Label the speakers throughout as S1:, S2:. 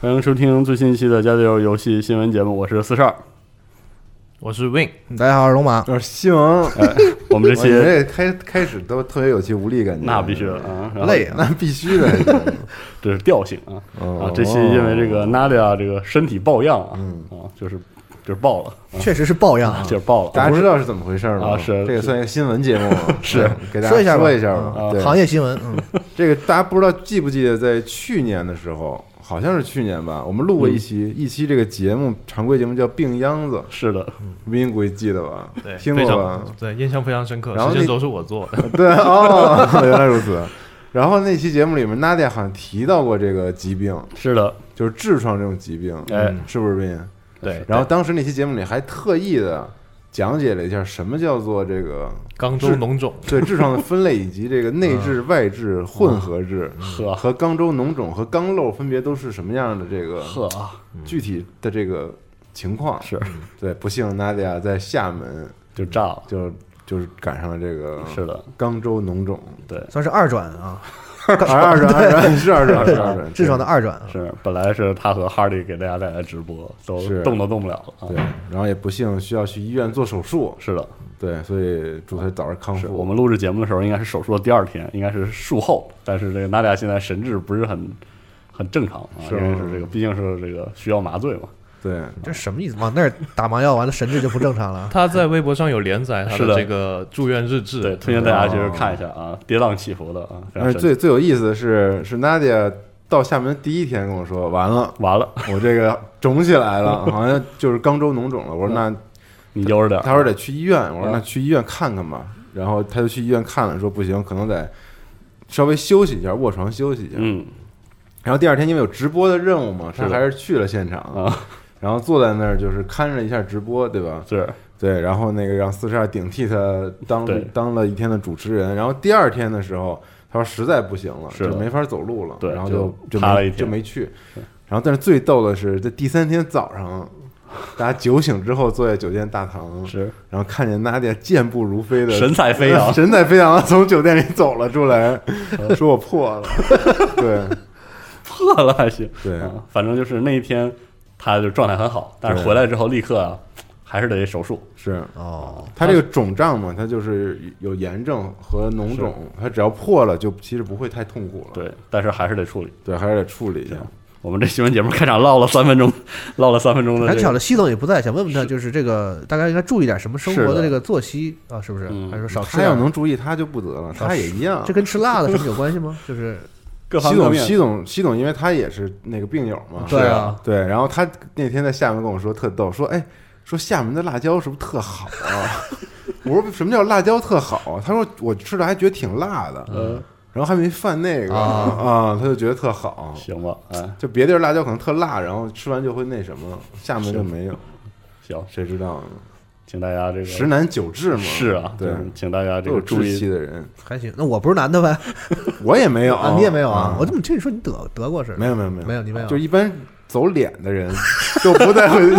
S1: 欢迎收听最新一期的《加油游戏新闻节目》，我是四十二。
S2: 我是 Win，
S3: 嗯大家好，我是龙马。
S4: 就是西蒙，
S1: 我们这
S4: 我你
S1: 期
S4: 这开开始都特别有气无力，感觉
S1: 那必须的啊，然后
S3: 累啊！
S4: 那必须的。
S1: 这是调性啊啊
S4: 哦！嗯
S1: 这期因为这个 Nadia 这个身体抱恙啊啊，就是就是爆了，
S3: 确实是抱恙
S1: 啊
S3: 啊，
S1: 就是爆了，
S4: 大
S1: 啊
S4: 家
S1: 不
S4: 知
S1: 是
S4: 道是怎么回事吗？
S1: 啊是
S4: 这也算一个新闻节目，
S1: 是
S4: 对给大家
S3: 说一下吧
S4: 说一下
S1: 啊
S4: 吧。
S3: 行
S4: 对，
S3: 业新闻，嗯，
S4: 这个大家不知道记不记得，在去年的时候，好像是去年吧，我们录过一期一期这个节目，常规节目叫《病秧子
S1: 是的，》，
S4: 民鬼记得吧？
S2: 对，
S4: 听
S2: 非
S4: 过吧
S2: 常？对，印象非常深刻。
S4: 然后
S2: 时间
S4: 那
S2: 轴是我做 的，
S4: 对哦， 原来如此。然后那期节目里面，Nadia 好像提到过这个疾病，
S1: 是的，
S4: 就是痔疮这种疾病，
S1: 哎
S4: 是不是斌？
S1: 对，
S4: 然后当时那期节目里还特意的讲解了一下什么叫做这个
S2: 肛周脓肿，。
S4: 对痔疮的分类，以及这个内痔、外痔、混合痔
S1: 呵
S4: 和肛周脓肿和肛瘘分别都是什么样的这个
S1: 呵啊，
S4: 具体的这个情况。
S1: 是
S4: 对，不幸 Nadia 在厦门
S1: 就炸了，
S4: 就就是赶上了这个
S1: 是的，
S4: 肛周脓肿，
S3: 算是二转 啊，
S4: 二转二转是二转是二转
S3: 至少的。二转啊。
S1: 是本来是他和哈利给大家带来直播，都
S4: 是
S1: 动都动不了了
S4: 对，
S1: 啊，
S4: 然后也不幸需要去医院做手术，
S1: 是的，
S4: 对，所以祝他早日康
S1: 是
S4: 复。
S1: 我们录制节目的时候，应该是手术的第二天，应该是术后，但是这个娜迪亚现在神志不是很很正常啊，
S4: 是
S1: 因
S4: 吗
S1: 为是这个毕竟是这个需要麻醉嘛，
S4: 对，
S3: 这什么意思？往那儿打麻药完了，神志就不正常 了啊
S2: 他在微博上有连载他
S1: 是的
S2: 啊的这个住院日志，
S1: 对，推荐大家就是看一下啊，跌宕起伏的啊，非
S4: 但
S1: 常
S4: 是最最有意思的是，是 Nadia 到厦门第一天跟我说，完了，
S1: 完了，
S4: 我这个肿起来 了，好像就是肛周脓肿了。我说那，
S1: 你悠着点儿，
S4: 他说得去医院，我说
S1: 嗯
S4: 那去医院看看吧。然后他就去医院看了，说不行，可能得稍微休息一下，卧床休息一下。
S1: 嗯
S4: 然后第二天因为有直播的任务嘛，
S1: 是
S4: 他
S1: 的
S4: 还是去了现场，
S1: 嗯啊，
S4: 然后坐在那儿就是看着一下直播，对吧？
S1: 是
S4: 对，然后那个让四十二顶替他当
S1: 对
S4: 当了一天的主持人，然后第二天的时候，他说实在不行了，
S1: 是的
S4: 就没法走路了，
S1: 对
S4: 然后
S1: 就
S4: 就
S1: 趴了一
S4: 没
S1: 天
S4: 就没去。然后但是最逗的是，在第三天早上，大家酒醒之后坐在酒店大堂，
S1: 是，
S4: 然后看见娜姐健步如飞的
S1: 神采飞扬
S4: 神采飞扬的从酒店里走了出 来，说我破了， 对
S1: 破了还行，
S4: 对
S1: 啊，反正就是那一天他就状态很好，但是
S4: 对
S1: 回来之后立刻啊，还是得手术，
S4: 是。
S3: 哦，
S4: 它这个肿胀嘛，它就是有炎症和脓肿，它只要破了，就其实不会太痛苦了。
S1: 对，但是还是得处理。
S4: 对，还是得处理一下
S1: 对。我们这新闻节目开场唠了三分钟，唠了三分钟的、这
S3: 很
S1: 个，
S3: 哎巧了，西总也不在，想问问他，就是这个大家应该注意点什么生活
S1: 是
S3: 的
S1: 的
S3: 这个作息啊，是不是
S1: 嗯？
S3: 还是说少吃
S4: 他要
S3: 点？
S4: 能注意，他就不得了，他也一样。
S3: 啊这跟吃辣的什么有关系吗？就是
S1: 各方
S4: 西
S1: 各
S4: 总，
S1: 面
S4: 西总，西总，因为他也是那个病友嘛，
S3: 对啊，
S4: 对。然后他那天在厦门跟我说特逗，说哎，说厦门的辣椒是不是特好啊？ 我说什么叫辣椒特好？啊他说我吃的还觉得挺辣的，
S1: 嗯
S4: 然后还没犯那个
S3: 啊
S4: 啊，他就觉得特好。
S1: 行吧，哎，
S4: 就别地儿辣椒可能特辣，然后吃完就会那什么，厦门就没有，
S1: 行，
S4: 谁知道呢？
S1: 请大家这个
S4: 十男九痔嘛，
S1: 是啊，
S4: 对
S1: 就，是请大家这
S4: 都
S1: 个
S4: 有
S1: 注
S4: 痔
S1: 意
S4: 气的人，
S3: 还行。那我不是男的呗？
S4: 我也没有
S3: 啊，你也没有啊
S4: 嗯？
S3: 我怎么听你说你得得过似的？
S4: 没有没有没有
S3: 没有，你没有
S4: 就，一般走脸 的人就不太会，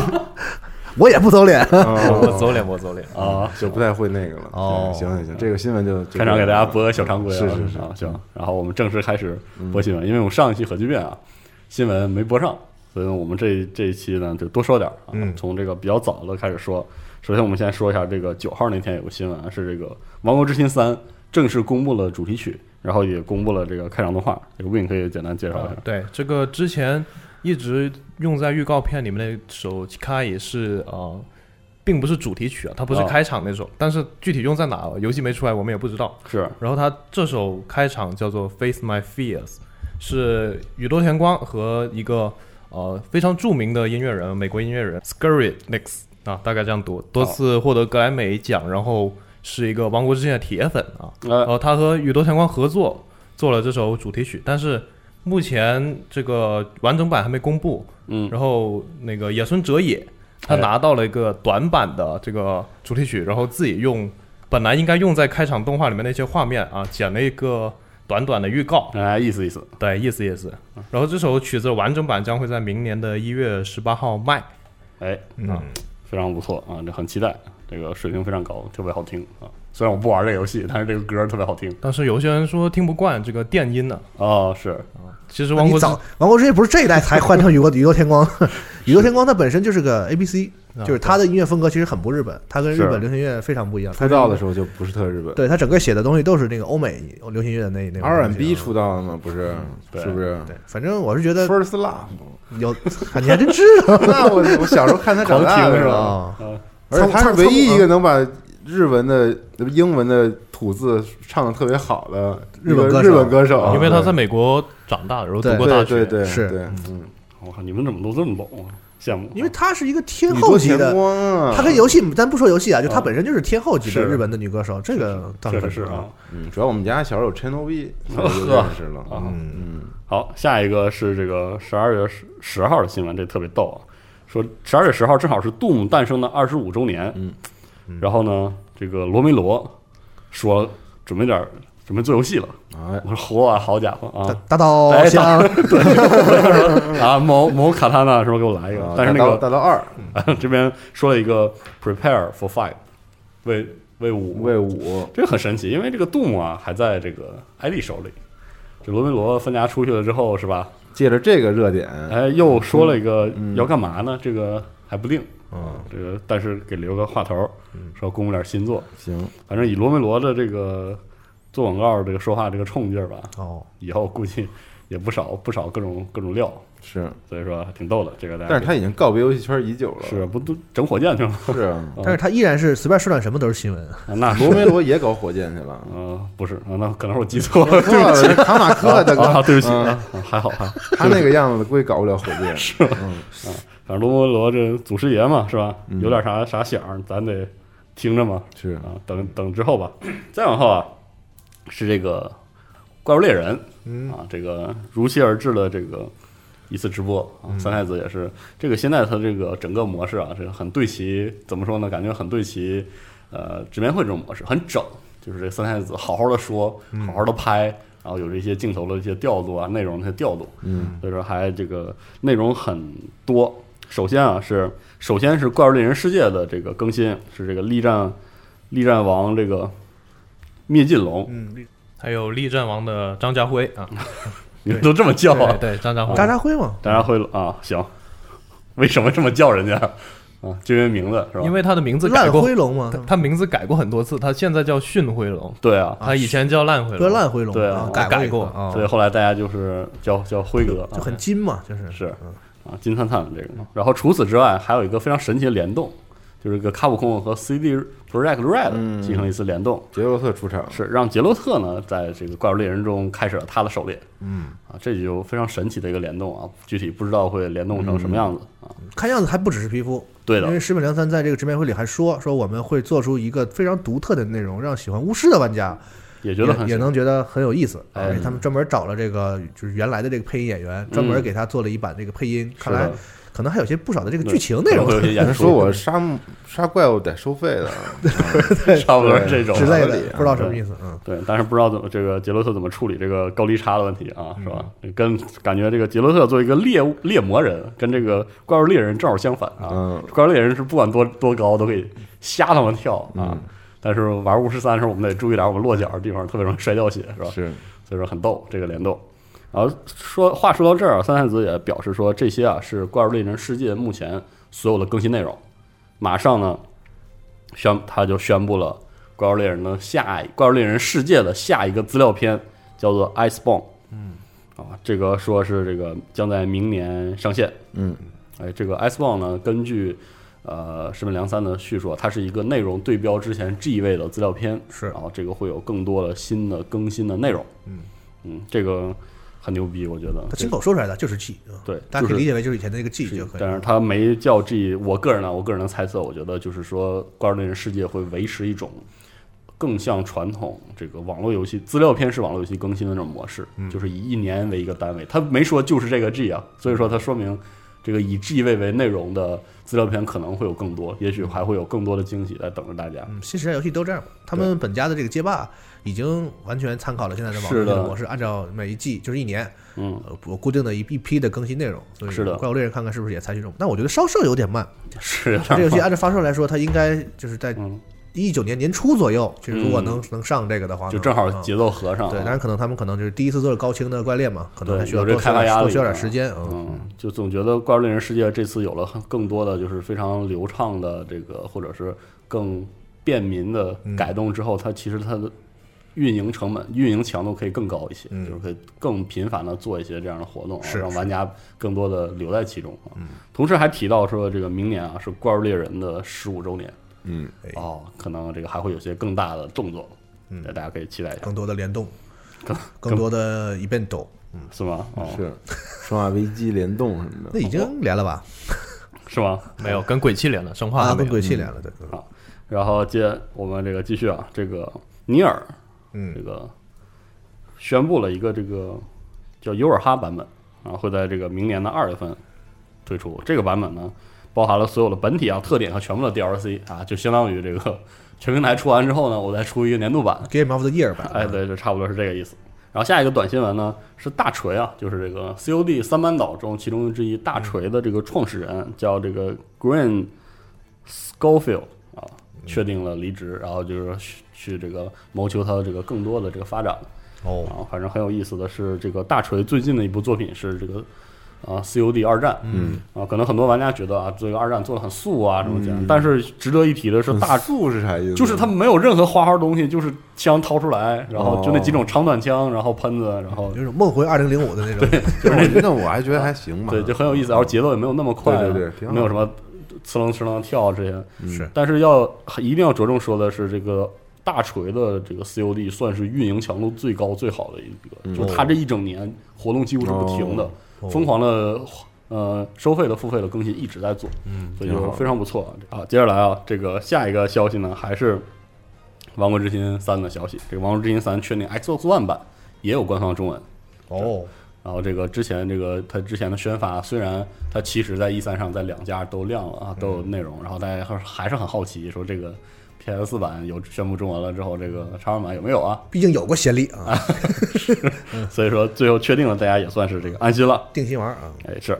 S3: 我也不走脸。
S2: 我我
S4: 哦
S2: 走脸，我走脸。
S1: 啊。
S4: 就不太会那个了。
S3: 哦
S4: 对行行行，这个新闻就就
S1: 开场给大家播个小常规啊，
S4: 是是嗯是
S1: 啊，行。然后我们正式开始播新闻，因为我们上一期核聚变啊，新闻没播上，所以我们这这一期呢就多说点儿啊，
S3: 嗯
S1: 从这个比较早的开始说。首先，我们先说一下这个九号那天有个新闻啊，是这个《王国之心三》正式公布了主题曲，然后也公布了这个开场动画。这个 Win 可以简单介绍一下
S2: 啊。对，这个之前一直用在预告片里面那首《开》也是呃，并不是主题曲啊，它不是
S1: 啊
S2: 开场那首，但是具体用在
S4: 啊
S2: 哪，游戏没出来，我们也不知道。
S1: 是
S2: 然后它这首开场叫做《Face My Fears》，是宇多田光和一个呃非常著名的音乐人，美国音乐人 Scary Nix 啊，大概这样读，多次获得格莱美奖，然后是一个亡国之心的铁粉啊。
S1: 呃，
S2: 呃，他和宇多田光合作做了这首主题曲，但是目前这个完整版还没公布。
S1: 嗯，
S2: 然后那个野村哲也，他
S1: 哎
S2: 拿到了一个短版的这个主题曲，然后自己用本来应该用在开场动画里面那些画面啊，剪了一个短短的预告，
S1: 来哎意思意思，
S2: 对，意思意思。然后这首曲子完整版将会在明年的一月十八号卖。
S1: 哎，
S2: 嗯，
S1: 非常不错啊，这很期待，这个水平非常高，特别好听啊。虽然我不玩这个游戏，但是这个歌儿特别好听
S2: 但是有些人说听不惯这个电音呢、
S1: 啊、是，
S2: 其实
S3: 那
S2: 王
S3: 啊你
S2: 国之
S3: 早王国之心不是这一代才换成宇多宇多天光，宇多天光他本身就是个 A B C，
S2: 啊
S3: 就是他的音乐风格其实很不日本，他跟日
S1: 是
S3: 本流行乐非常不一样。
S4: 出道的时候就不是特日本
S3: 候，对他整个写的东西都是那个欧美流行乐的那那种东西啊
S4: ，R&B 出道的嘛，不是？
S1: 嗯对
S4: 是不是
S3: 对，反正我是觉得
S4: ？First Love，
S3: 有，啊你还真知道
S4: 那我我小时候看他长大
S1: 狂
S4: 的
S1: 听
S4: 时
S1: 是
S4: 候，
S1: 吧
S3: 啊，
S1: 呃，
S4: 而且他是
S3: 蹭蹭
S4: 唯一一个能把日文的、英文的吐字唱的特别好的
S3: 日本
S4: 一
S3: 歌
S4: 个
S3: 手
S4: 日本歌手，
S2: 因为他在美国长大，然后读
S3: 对
S4: 啊对
S2: 过大
S4: 对
S2: 学，
S4: 对对
S3: 是
S4: 对，嗯，
S1: 我靠，你们怎么都这么懂啊？羡慕，
S3: 因为他是一个天
S4: 宇
S3: 后
S4: 多
S3: 级
S4: 田
S3: 的，
S4: 光啊，
S3: 他跟游戏，咱不说游戏啊，就他
S1: 啊
S3: 本身就是天后级
S1: 是
S3: 的日本的女歌手，这个倒
S1: 确
S3: 很
S1: 实是啊。
S4: 嗯，主要我们家小时候有 Channel V，所以
S1: 呵
S4: 就认识了，
S1: 啊
S4: 嗯嗯。
S1: 好，下一个是这个十二月十十号的新闻，这特别逗啊，说十二月十号正好是杜姆诞生的二十五周年，
S4: 嗯
S3: 嗯
S1: 然后呢，这个罗梅罗说准备点儿准备做游戏了，
S4: 哎，
S1: 我说哇，好家伙啊！
S3: 大大刀
S1: 哎
S3: 香，
S1: 啊，某某卡塔纳什么给我来一个
S4: 啊，
S1: 但是那
S4: 大刀
S1: 个
S4: 大刀二
S1: 这边说了一个 prepare for five，为为五，
S4: 为五，
S1: 这个很神奇，因为这个杜牧啊还在这个艾丽手里。这罗梅罗分家出去了之后是吧？
S4: 借着这个热点，
S1: 哎，又说了一个
S4: 嗯
S1: 要干嘛呢？这个还不定，
S4: 嗯，
S1: 这个但是给留个话头儿，说公布点新作。
S4: 行，
S1: 反正以罗梅罗的这个做广告、这个说话这个冲劲儿吧，
S3: 哦，
S1: 以后估计也不少不少各种各种料，
S4: 是，
S1: 所以说挺逗的。这个大家
S4: 但是他已经告别游戏圈已久了，
S1: 哎是不都整火箭去了？
S4: 是啊，
S3: 但是他依然是随便说点什么都是新闻，
S1: 啊那，
S4: 罗梅罗也搞火箭去了
S1: 呃，不是啊，那可能是我记 错了，
S4: 对
S1: 对不起，
S4: 起，卡马克大
S1: 啊，
S4: 哥，
S1: 对不起，
S4: 嗯
S1: 啊还好还好，
S4: 他那个样子估计搞不了火箭，是，
S1: 反正罗摩罗这祖师爷嘛，是吧？
S4: 嗯
S1: 有点啥啥响儿，咱得听着嘛，
S4: 是，
S1: 啊，等等之后吧。再往后啊，是这个怪物猎人，
S3: 嗯
S1: 啊，这个如期而至的这个一次直播啊，三太子也是这个现在他这个整个模式啊，这个很对齐，怎么说呢？感觉很对齐，呃，直面会这种模式很整，就是这三太子好好的说，好好的拍，然后有这些镜头的一些调度啊，内容的一些调度，
S4: 嗯，
S1: 所以说还这个内容很多。首先啊，是首先是《怪物猎人世界》的这个更新，是这个力战力战王这个灭尽龙，
S3: 嗯，
S2: 还有力战王的张家辉 啊，
S1: 你们都这么叫啊
S3: 哦
S2: 对？对，张家辉，
S3: 渣渣辉嘛，
S1: 大家会啊，行，为什么这么叫人家 啊？就因为名字是吧？
S2: 因为他的名字改
S3: 烂
S2: 过
S3: 灰龙嘛
S2: 他，他名字改过很多次，他现在叫迅灰龙，
S1: 对啊，
S2: 他以前叫烂灰
S3: 不是
S2: 龙，
S3: 烂灰龙，
S1: 对
S3: 啊
S1: 啊
S3: 改
S2: 改过
S3: 啊，
S1: 所以后来大家就是叫叫辉哥啊，
S3: 就很金嘛，就是
S1: 是
S3: 嗯
S1: 啊，金灿灿的这个。
S2: 哦
S1: 然后除此之外，还有一个非常神奇的联动，就是这个卡普空和 CD Projekt Red
S4: 嗯
S1: 进行了一次联动，
S4: 杰洛特出场，
S1: 是让杰洛特呢在这个怪物猎人中开始了他的狩猎
S4: 嗯，
S1: 啊，这就非常神奇的一个联动啊，具体不知道会联动成什么样子啊。
S3: 看样子还不只是皮肤，
S1: 对
S3: 因
S1: 的，
S3: 为石本良三在这个直面会里还说说我们会做出一个非常独特的内容，让喜欢巫师的玩家
S1: 也觉得
S3: 也
S1: 很
S3: 也
S1: 神
S3: 能觉得很有意思。
S1: 哎
S3: 而且他们专门找了这个就是原来的这个配音演员，专门给他做了一版这个配音，看
S1: 嗯
S3: 来
S1: 是的
S3: 可能还有些不少的这个
S1: 对
S3: 剧情内容
S1: 可能会有些
S4: 他
S1: 演
S4: 说
S1: 出，
S4: 我杀木杀怪物得收费的，
S1: 差不多是这种
S3: 之类的
S4: 合理，啊
S3: 不知道什么意思。嗯，
S1: 对，但是不知道怎么这个杰洛特怎么处理这个高低差的问题啊，是吧？
S3: 嗯
S1: 跟感觉这个杰洛特作为一个猎物猎魔人，跟这个怪物猎人正好相反啊。
S4: 嗯
S1: 怪物猎人是不管多多高都可以瞎他妈跳啊，
S4: 嗯
S1: 但是玩巫师三的时候我们得注意点，我们落脚的地方特别容易摔掉血，是吧？
S4: 是，
S1: 所以说很逗这个联动。然后说话说到这儿啊，三太子也表示说，这些啊是《怪物猎人世界》目前所有的更新内容。马上呢，宣他就宣布了《怪物猎人》的下一《怪物猎人世界》的下一个资料片，叫做《Iceborne》。嗯，啊，这个说是这个将在明年上线。
S4: 嗯，
S1: 哎，这个 Iceborne 呢，根据呃石本良三的叙述，啊它是一个内容对标之前 G 位的资料片，
S3: 是
S1: 嗯然后这个会有更多的新的更新的内容。嗯这个很牛逼，我觉得
S3: 他。亲口说出来的就是 G，嗯
S1: 对
S3: 大家可
S1: 就
S3: 以
S1: 是
S3: 理解为就是以前的那个 G 就可以
S1: 但
S3: 了。
S1: 是他没叫 G，我个人呢，我个人的猜测，我觉得就是说，《怪物猎人世界》会维持一种更像传统这个网络游戏资料片式网络游戏更新的那种模式，
S3: 嗯
S1: 就是以一年为一个单位。他没说就是这个 G 啊，所以说它说明这
S3: 嗯
S1: 个以 G 为为内容的资料片可能会有更多，也许还会有更多的惊喜在等着大家。
S3: 嗯，新时代游戏都这样，他们本家的这个街霸已经完全参考了现在的网
S1: 是
S3: 络
S1: 的
S3: 的模式，按照每一季就是一年，
S1: 嗯，
S3: 呃，我固定的一一批的更新内容。所以
S1: 是的
S3: 怪物猎人看看是不是也采取这种，但我觉得稍稍有点慢。
S1: 是有点
S3: 这游戏
S1: 慢
S3: 按照发售来说，它应该就是在
S1: 嗯，
S3: 一九年年初左右，就是如果
S1: 嗯
S3: 能能上这个的话，
S1: 就
S3: 能
S1: 正好
S3: 嗯
S1: 节奏合上、啊。
S3: 对，当然可能他们可能就是第一次做高清的怪猎嘛，可能
S1: 对
S3: 还需要
S1: 有这
S3: 多需要
S1: 开发压
S3: 多
S1: 力
S3: 需要点
S1: 啊
S3: 时间。嗯，
S1: 嗯，就总觉得《怪物猎人世界》这次有了很更多的就是非常流畅的这个，或者是更便民的
S3: 嗯
S1: 改动之后，它其实它的运营成本、运营强度可以更高一些，
S3: 嗯
S1: 就是可以更频繁的做一些这样的活动啊，
S3: 是嗯
S1: 让玩家更多的留在其中啊。同时还提到说，这个明年啊是《怪物猎人》的十五周年
S4: 嗯，
S3: 哎
S1: 哦，可能这个还会有些更大的动作，
S3: 嗯
S1: 大家可以期待一下，
S3: 更多的联动，
S1: 更
S3: 更多的一遍抖，
S1: 是吗？哦，
S4: 是生化危机联动什么
S3: 那
S4: 的，
S3: 已经连了吧？
S1: 是吗？
S2: 没有跟鬼泣连了，生化
S3: 啊，
S2: 还没
S3: 跟
S2: 有
S3: 鬼泣连了，对，嗯
S1: 然后接我们这个继续啊，这个尼尔，
S3: 嗯
S1: 这个宣布了一个这个叫尤尔哈版本啊，会在这个明年的二月份推出。这个版本呢，包含了所有的本体啊、特点和全部的 DLC 啊，就相当于这个全平台出完之后呢，我再出一个年度版，
S3: Game of the Year 版，啊
S1: 哎，对，就差不多是这个意思。然后下一个短新闻呢是大锤啊，就是这个 COD 三班岛中其中之一大锤的这个创始人叫这个 Green Schofield 啊，确定了离职，然后就是去去这个谋求他的这个更多的这个发展。
S3: 哦，
S1: 啊，反正很有意思的是，这个大锤最近的一部作品是这个啊 COD 二战，
S4: 嗯
S1: 啊，可能很多玩家觉得啊这个二战做的很素啊什么这样，但是值得一提的是
S4: 很
S1: 大
S4: 素是啥意思？
S1: 就是他没有任何花花东西，就是枪掏出来，然
S4: 哦
S1: 后就那几种长短枪，然后喷子，然后
S3: 有一种梦回二零零五的那种，
S4: 就是那那我还觉得还行吧，
S1: 对，就很有意思，然后节奏也没有那么快啊，
S4: 对对对挺好
S1: 没有什么呲楞呲楞跳啊这些，
S3: 是
S1: 但是要一定要着重说的是这个。大锤的这个 COD 算是运营强度最高、最好的一个，就它这一整年活动几乎是不停的，
S3: 哦
S1: 疯狂的呃收费的、付费的更新一直在做，嗯，所以
S4: 挺
S1: 就
S4: 好
S1: 非常不错啊。接着来啊，这个下一个消息呢，还是《王国之心三》的消息。这个《王国之心三》确定 Xbox One 版也有官方中文，
S3: 哦，
S1: 然后这个之前这个它之前的宣发，虽然它其实在 E 三上在两家都亮了啊，都有内容，然后大家还还是很好奇，说这个 PS 版有啊宣布中文了之后，这个叉 o 版有没有啊？
S3: 毕竟有过先例啊，
S1: 所以说最后确定了，大家也算是这个安心了。
S3: 定心丸啊，
S1: 哎，是。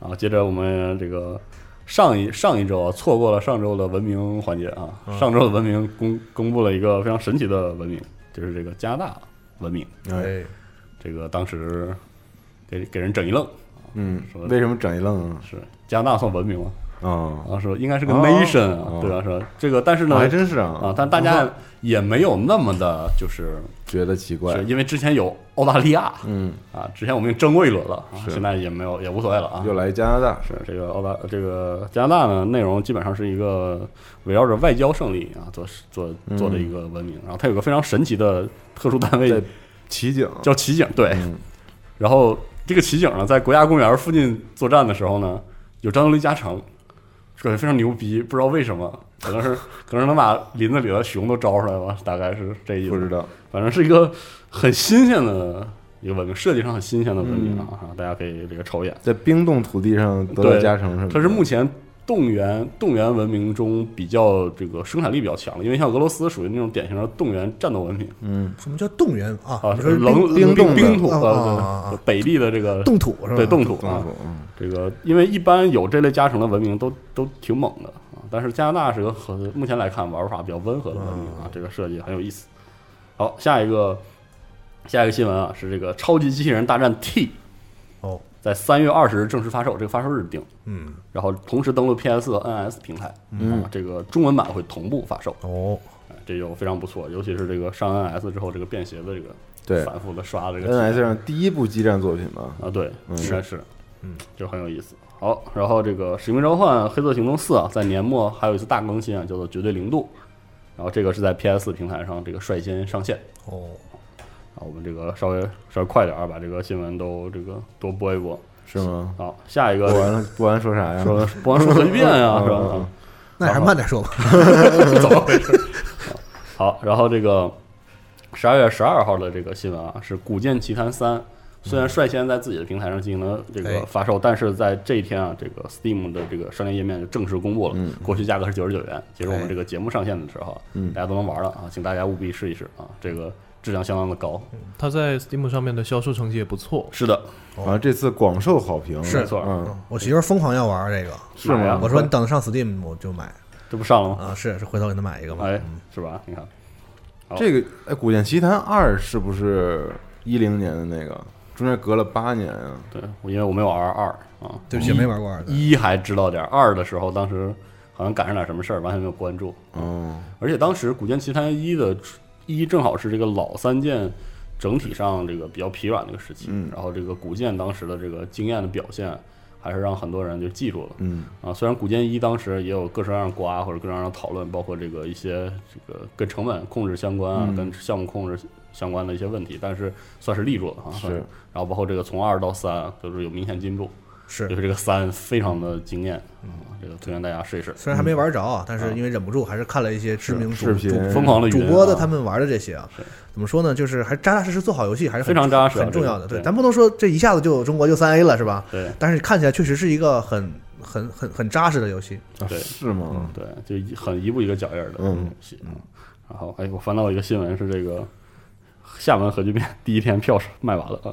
S1: 然后接着我们这个上一上一周啊，错过了上周的文明环节啊，上周的文明公公布了一个非常神奇的文明，就是这个加拿大文明。
S4: 哎，
S3: 哎，
S1: 这个当时给给人整一愣，
S4: 嗯
S1: 说，
S4: 为什么整一愣啊？
S1: 是加拿大算文明吗？
S4: 嗯
S1: 然后说啊应该是个
S4: 哦
S1: nation 啊，
S4: 哦
S1: 对吧？说这个，但是呢，
S4: 还真是啊
S1: 啊，但大家也没有那么的，就是
S4: 觉得奇怪
S1: 是，因为之前有澳大利亚
S4: 嗯，
S1: 啊，之前我们已经争过一轮了啊，
S4: 是
S1: 现在也没有，也无所谓了啊。
S4: 又来加拿大，
S1: 是这个澳大这个加拿大呢，内容基本上是一个围绕着外交胜利啊做做做
S4: 嗯
S1: 的一个文明，然后它有个非常神奇的特殊单位
S4: 在奇景，
S1: 叫骑警队，
S4: 嗯
S1: 然后这个骑警呢，在国家公园附近作战的时候呢，有战斗力加成，感觉非常牛逼，不知道为什么，可能是可能是能把林子里的熊都招出来吧，大概是这意
S4: 不知
S1: 思。
S4: 道，
S1: 反正是一个很新鲜的一个文明，设计上很新鲜的文明啊，
S4: 嗯
S1: 大家可以这个瞅一眼。
S4: 在冰冻土地上得到
S1: 对
S4: 加成什么的？
S1: 它是目前动员动员文明中比较这个生产力比较强的，因为像俄罗斯属于那种典型的动员战斗文明
S4: 嗯，
S3: 什么叫动员啊？
S1: 啊，
S3: 你说是
S1: 冷
S4: 冰冻的
S1: 冰土
S3: 啊啊啊
S1: 呃
S3: 啊
S1: 北地的这个
S3: 冻土是吧？
S1: 对冻土
S4: 冻
S1: 啊，
S4: 土，嗯
S1: 这个，因为一般有这类加成的文明都都挺猛的啊，但是加拿大是个很目前来看玩法比较温和的文明啊，这个设计很有意思。好，下一个下一个新闻啊是这个《超级机器人大战 T》
S3: 哦，
S1: 在三月二十日正式发售，这个发售日定，
S3: 嗯，
S1: 然后同时登陆 PS 和 NS 平台，
S4: 嗯
S1: 啊，这个中文版会同步发售，
S3: 哦，
S1: 哎这就非常不错，尤其是这个上 NS 之后这个便携的这个
S4: 对
S1: 反复的刷这个体验
S4: ，NS 上第一部激战作品吧，
S1: 啊，对，
S4: 嗯
S1: 应该是，嗯，就很有意思。好，然后这个《使命召唤：黑色行动四》啊，在年末还有一次大更新啊，叫做《绝对零度》，然后这个是在 PS 平台上这个率先上线。
S3: 哦，
S1: 啊，我们这个稍微稍微快点儿把这个新闻都这个多播一播。
S4: 是吗？
S1: 好，下一
S4: 播
S1: 个
S4: 完了，播完说啥呀？
S1: 说不能说随便 啊，是吧？
S3: 那还是慢点说吧。
S1: 怎么回事？好，然后这个十二月十二号的这个新闻啊，是《古剑奇谭三》，虽然率先在自己的平台上进行了这个
S3: 哎
S1: 发售，但是在这一天啊，这个 Steam 的这个商店页面就正式公布了，过去价格是九十九元。其实我们
S3: 哎
S1: 这个节目上线的时候啊，
S4: 嗯
S1: 大家都能玩了啊，请大家务必试一试啊，这个质量相当的高。
S2: 它嗯在 Steam 上面的销售成绩也不错，
S1: 是的，
S4: 好像这次广受好评，
S3: 是
S1: 没错
S4: 嗯，
S3: 我媳妇儿疯狂要玩这个，
S4: 是
S1: 买啊
S4: 吗？
S3: 我说你等着上 Steam 我就买
S1: 这不上了吗？
S3: 啊，是是，回头给她买一个吧。
S1: 哎，是吧？你看，
S4: 这个哎，《古剑奇谭二》是不是一零年的那个？中间隔了八年啊！
S1: 对我因为我没玩二啊，
S3: 对不起，没玩过二代。
S1: 一还知道点儿，二的时候当时好像赶上点什么事儿，完全没有关注。
S4: 哦，
S1: 而且当时《古剑奇谭一》的出一正好是这个老三剑整体上这个比较疲软的一个时期，
S4: 嗯
S1: 然后这个古剑当时的这个惊艳的表现，还是让很多人就记住了。
S4: 嗯，
S1: 啊，虽然《古剑一》当时也有各式各样的瓜或者各式各样的讨论，包括这个一些这个跟成本控制相关啊，
S4: 嗯
S1: 跟项目控制相关的一些问题，但是算是立住了啊。
S4: 是
S1: 算然后包括这个从二到三就是有明显进步，
S3: 是
S1: 尤，其这个三非常的惊艳
S4: 嗯
S1: 啊，这个推荐大家试一试。
S3: 虽然还没玩着啊，但是因为忍不住，还是看了一些知名
S4: 视
S3: 主
S4: 频
S3: 主
S1: 嗯疯狂的
S3: 主
S1: 云
S3: 播的
S1: 啊
S3: 他们玩的这些啊
S1: 是，
S3: 怎么说呢？就是还扎扎实实做好游戏，还是
S1: 非
S3: 很
S1: 常扎实啊
S3: 很重要的。
S1: 这个
S3: 对，
S1: 对
S3: 咱不能说这一下子就中国就三 A 了是吧？
S1: 对
S3: 但是看起来确实是一个很很很很扎实的游戏。
S4: 啊
S1: 对嗯
S4: 是吗？
S1: 对，就一很一步一个脚印儿的
S4: 嗯
S1: 东西。嗯然后，哎，我翻到一个新闻是这个厦门核聚变第一天票是卖完了啊，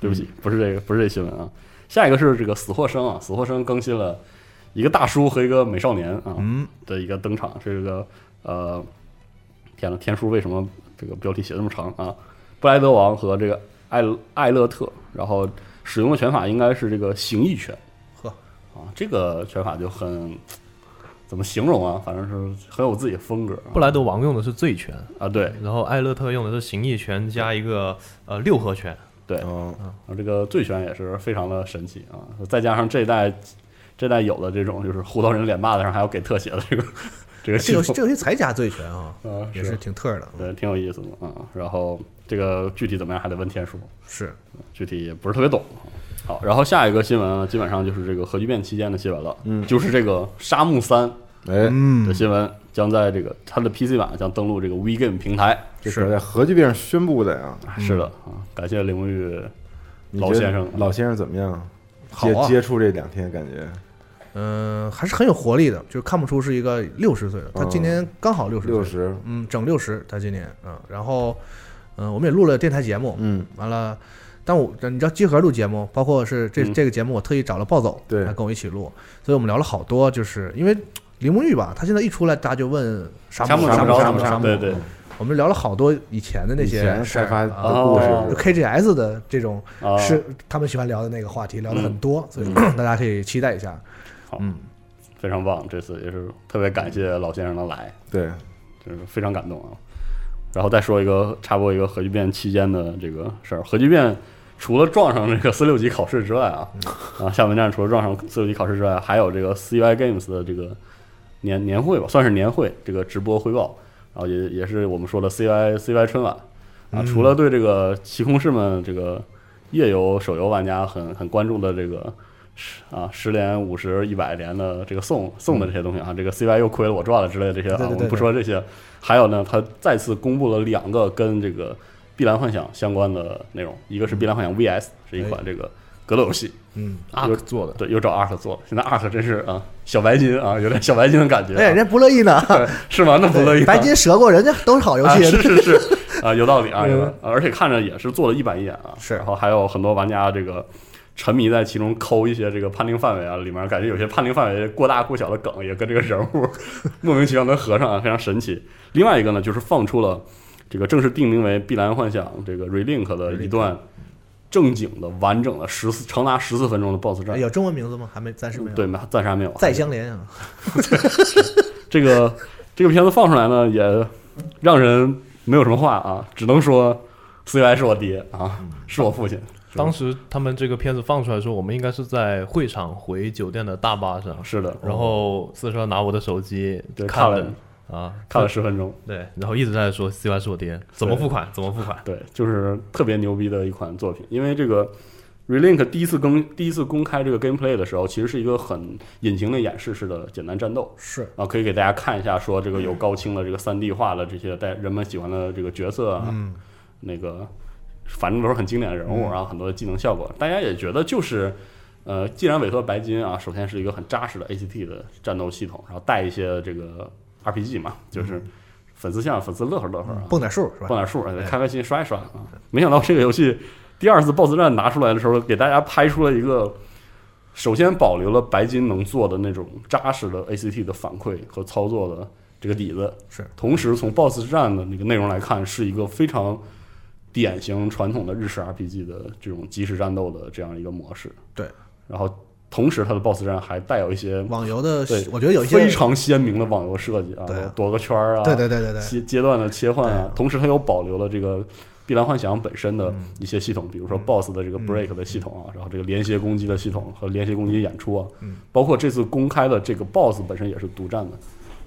S1: 对不起，
S4: 嗯
S1: 不是这个，不是这新闻啊。下一个是这个死或生啊，死或生更新了一个大叔和一个美少年啊
S3: 嗯，
S1: 的一个登场，是这个呃，天呐，天书为什么这个标题写这么长啊？布莱德王和这个艾艾勒特，然后使用的拳法应该是这个形意拳。
S3: 呵
S1: 啊，这个拳法就很怎么形容啊？反正是很有自己的风格啊、
S2: 布莱德王用的是醉拳，
S1: 啊，对，然
S2: 然后艾勒特用的是形意拳加一个呃六合拳，
S4: 哦，
S1: 后这个醉拳也是非常的神奇啊。再加上这一代这代有的这种就是胡刀人脸骂子上还要给特写的这个这个
S3: 哎这
S1: 系
S3: 游
S1: 统
S3: 戏这游戏才加醉拳啊，
S1: 啊，
S3: 也是挺特儿的。
S1: 对，挺有意思的啊。然后这个具体怎么样还得问天书。
S3: 是，
S1: 具体也不是特别懂。好，然后下一个新闻啊，基本上就是这个核聚变期间的新闻了，
S4: 嗯
S1: 就是这个《沙漠三》
S4: 哎，
S1: 的
S3: 嗯，
S1: 新闻将在这个它的 PC 版将登陆这个 WeGame 平台。
S4: 这是在核聚变上宣布的
S3: 嗯
S4: 呀。
S1: 是的啊，感谢林玉
S4: 你
S1: 老
S4: 觉
S1: 先
S4: 得
S1: 生
S4: 老先生怎么样？
S3: 好
S4: 接
S3: 啊
S4: 接触这两天感觉
S3: 嗯，还是很有活力的，就是看不出是一个六十岁的，他今年刚好六十岁，
S4: 六十，
S3: 嗯，整六十，他今年，嗯，然后，嗯，我们也录了电台节目，
S4: 嗯，
S3: 完了，但我你知道集合录节目，包括是这、
S1: 嗯
S3: 这个节目，我特意找了暴走，
S4: 对
S3: 来跟我一起录，所以我们聊了好多，就是因为林梦玉吧，他现在一出来，大家就问沙
S1: 沙
S3: 漠
S1: 沙
S3: 漠
S1: 漠
S3: 沙
S1: 漠
S3: 沙
S1: 沙
S3: 漠，
S1: 对对
S3: 我们聊了好多以前的那
S4: 以
S3: 些
S4: 前
S3: 事
S4: 开
S3: 儿
S4: 发的
S3: 啊
S4: 故
S1: 哦
S3: 就
S4: 事，
S3: KGS 的这种
S1: 啊，
S3: 是他们喜欢聊的那个话题，聊
S1: 嗯
S3: 的很多，所以 大家可以期待一下。
S1: 非常棒，这次也是特别感谢老先生的来，
S4: 对，
S1: 就是非常感动啊。然后再说一个插播一个核聚变期间的这个事儿，核聚变除了撞上这个 四六级考试之外啊，
S3: 嗯
S1: 啊厦门站除了撞上四六级考试之外，还有这个 CUI Games 的这个年年会吧，算是年会这个直播汇报，然后也也是我们说的 CUI CUI 春晚
S3: 嗯
S1: 啊，除了对这个棋空士们这个夜游手游玩家很很关注的这个。十啊，十连、五十、一百连的这个送送的这些东西啊，这个 CY 又亏了，我赚了之类的这些啊，
S3: 对对对
S1: 我们不说这些，还有呢，他再次公布了两个跟这个《碧蓝幻想》相关的内容，一个是《碧蓝幻想 VS》，是一款这个格斗游戏，
S3: 嗯，
S2: ARK 做的，
S1: 对，又找 ARK 做了。现在 ARK 真是啊，小白金啊，有点小白金的感觉
S3: 哎，人
S1: 啊，
S3: 家不乐意呢，
S1: 是吗？那 不乐意啊，
S3: 白金折过人家都是好游
S1: 啊，
S3: 戏，嗯
S1: 是是是， 啊，有道理啊，有道理而且看着也是做了一板一眼啊，
S3: 是
S1: 然后还有很多玩家这个沉迷在其中抠一些这个判定范围啊，里面感觉有些判定范围过大过小的梗，也跟这个人物 莫名其妙能合上啊，非常神奇。另外一个呢，就是放出了这个正式定名为《碧蓝幻想》这个 Relink 的一段正经的、完整的十四长达十四分钟的 BOSS
S3: 哎
S1: 战。
S3: 有中文名字吗？还没，暂时没有。
S1: 对，没暂时还没有。
S3: 再相连啊，
S1: 这个这个片子放出来呢，也让人没有什么话啊，只能说 CY 是我爹啊，是我父亲。
S2: 当时他们这个片子放出来的时候，我们应该是在会场回酒店的大巴上，
S3: 哦
S1: 是的，
S2: 然后四十二拿我的手机
S1: 对看
S2: 看
S1: 了
S2: 了啊，
S1: 看了十分钟。
S2: 对，然后一直在说 C Y 是我爹，怎么付款？怎么付款？
S1: 对，就是特别牛逼的一款作品。因为这个 Relink 第一次更第一次公开这个 gameplay 的时候，其实是一个很隐形的演示式的简单战斗
S3: 是嗯
S1: 啊，可以给大家看一下，说这个有高清的这个三 D 化的这些带人们喜欢的这个角色啊，
S3: 嗯，
S1: 那个反正都是很经典的人物，然后很多的技能效果，大家也觉得就是。呃，既然委托白金啊，首先是一个很扎实的 ACT 的战斗系统，然后带一些这个 RPG 嘛，就是
S3: 嗯
S1: 粉丝向粉丝乐呵乐呵啊，
S3: 蹦点数是吧？
S1: 蹦点数，哎开开心刷一刷啊！没想到这个游戏第二次 BOSS 战拿出来的时候，给大家拍出了一个，首先保留了白金能做的那种扎实的 ACT 的反馈和操作的这个底子，
S3: 是
S1: 同时从 BOSS 战的那个内容来看，是一个非常典型传统的日式 RPG 的这种即时战斗的这样一个模式。
S3: 对，
S1: 然后同时它的 BOSS 战还带有一些
S3: 网游的
S1: 对，
S3: 我觉得有一些
S1: 非常鲜明的网游设计啊
S3: 对啊，
S1: 躲个圈儿啊，
S3: 对对对对对
S1: 阶阶段的切换啊，同时它又保留了这个《碧蓝幻想》本身的
S3: 嗯
S1: 一些系统，比如说 BOSS 的这个 break 的系统啊，然后这个连携攻击的系统和连携攻击
S3: 嗯
S1: 演出啊，包括这次公开的这个 BOSS 本身也是独占的，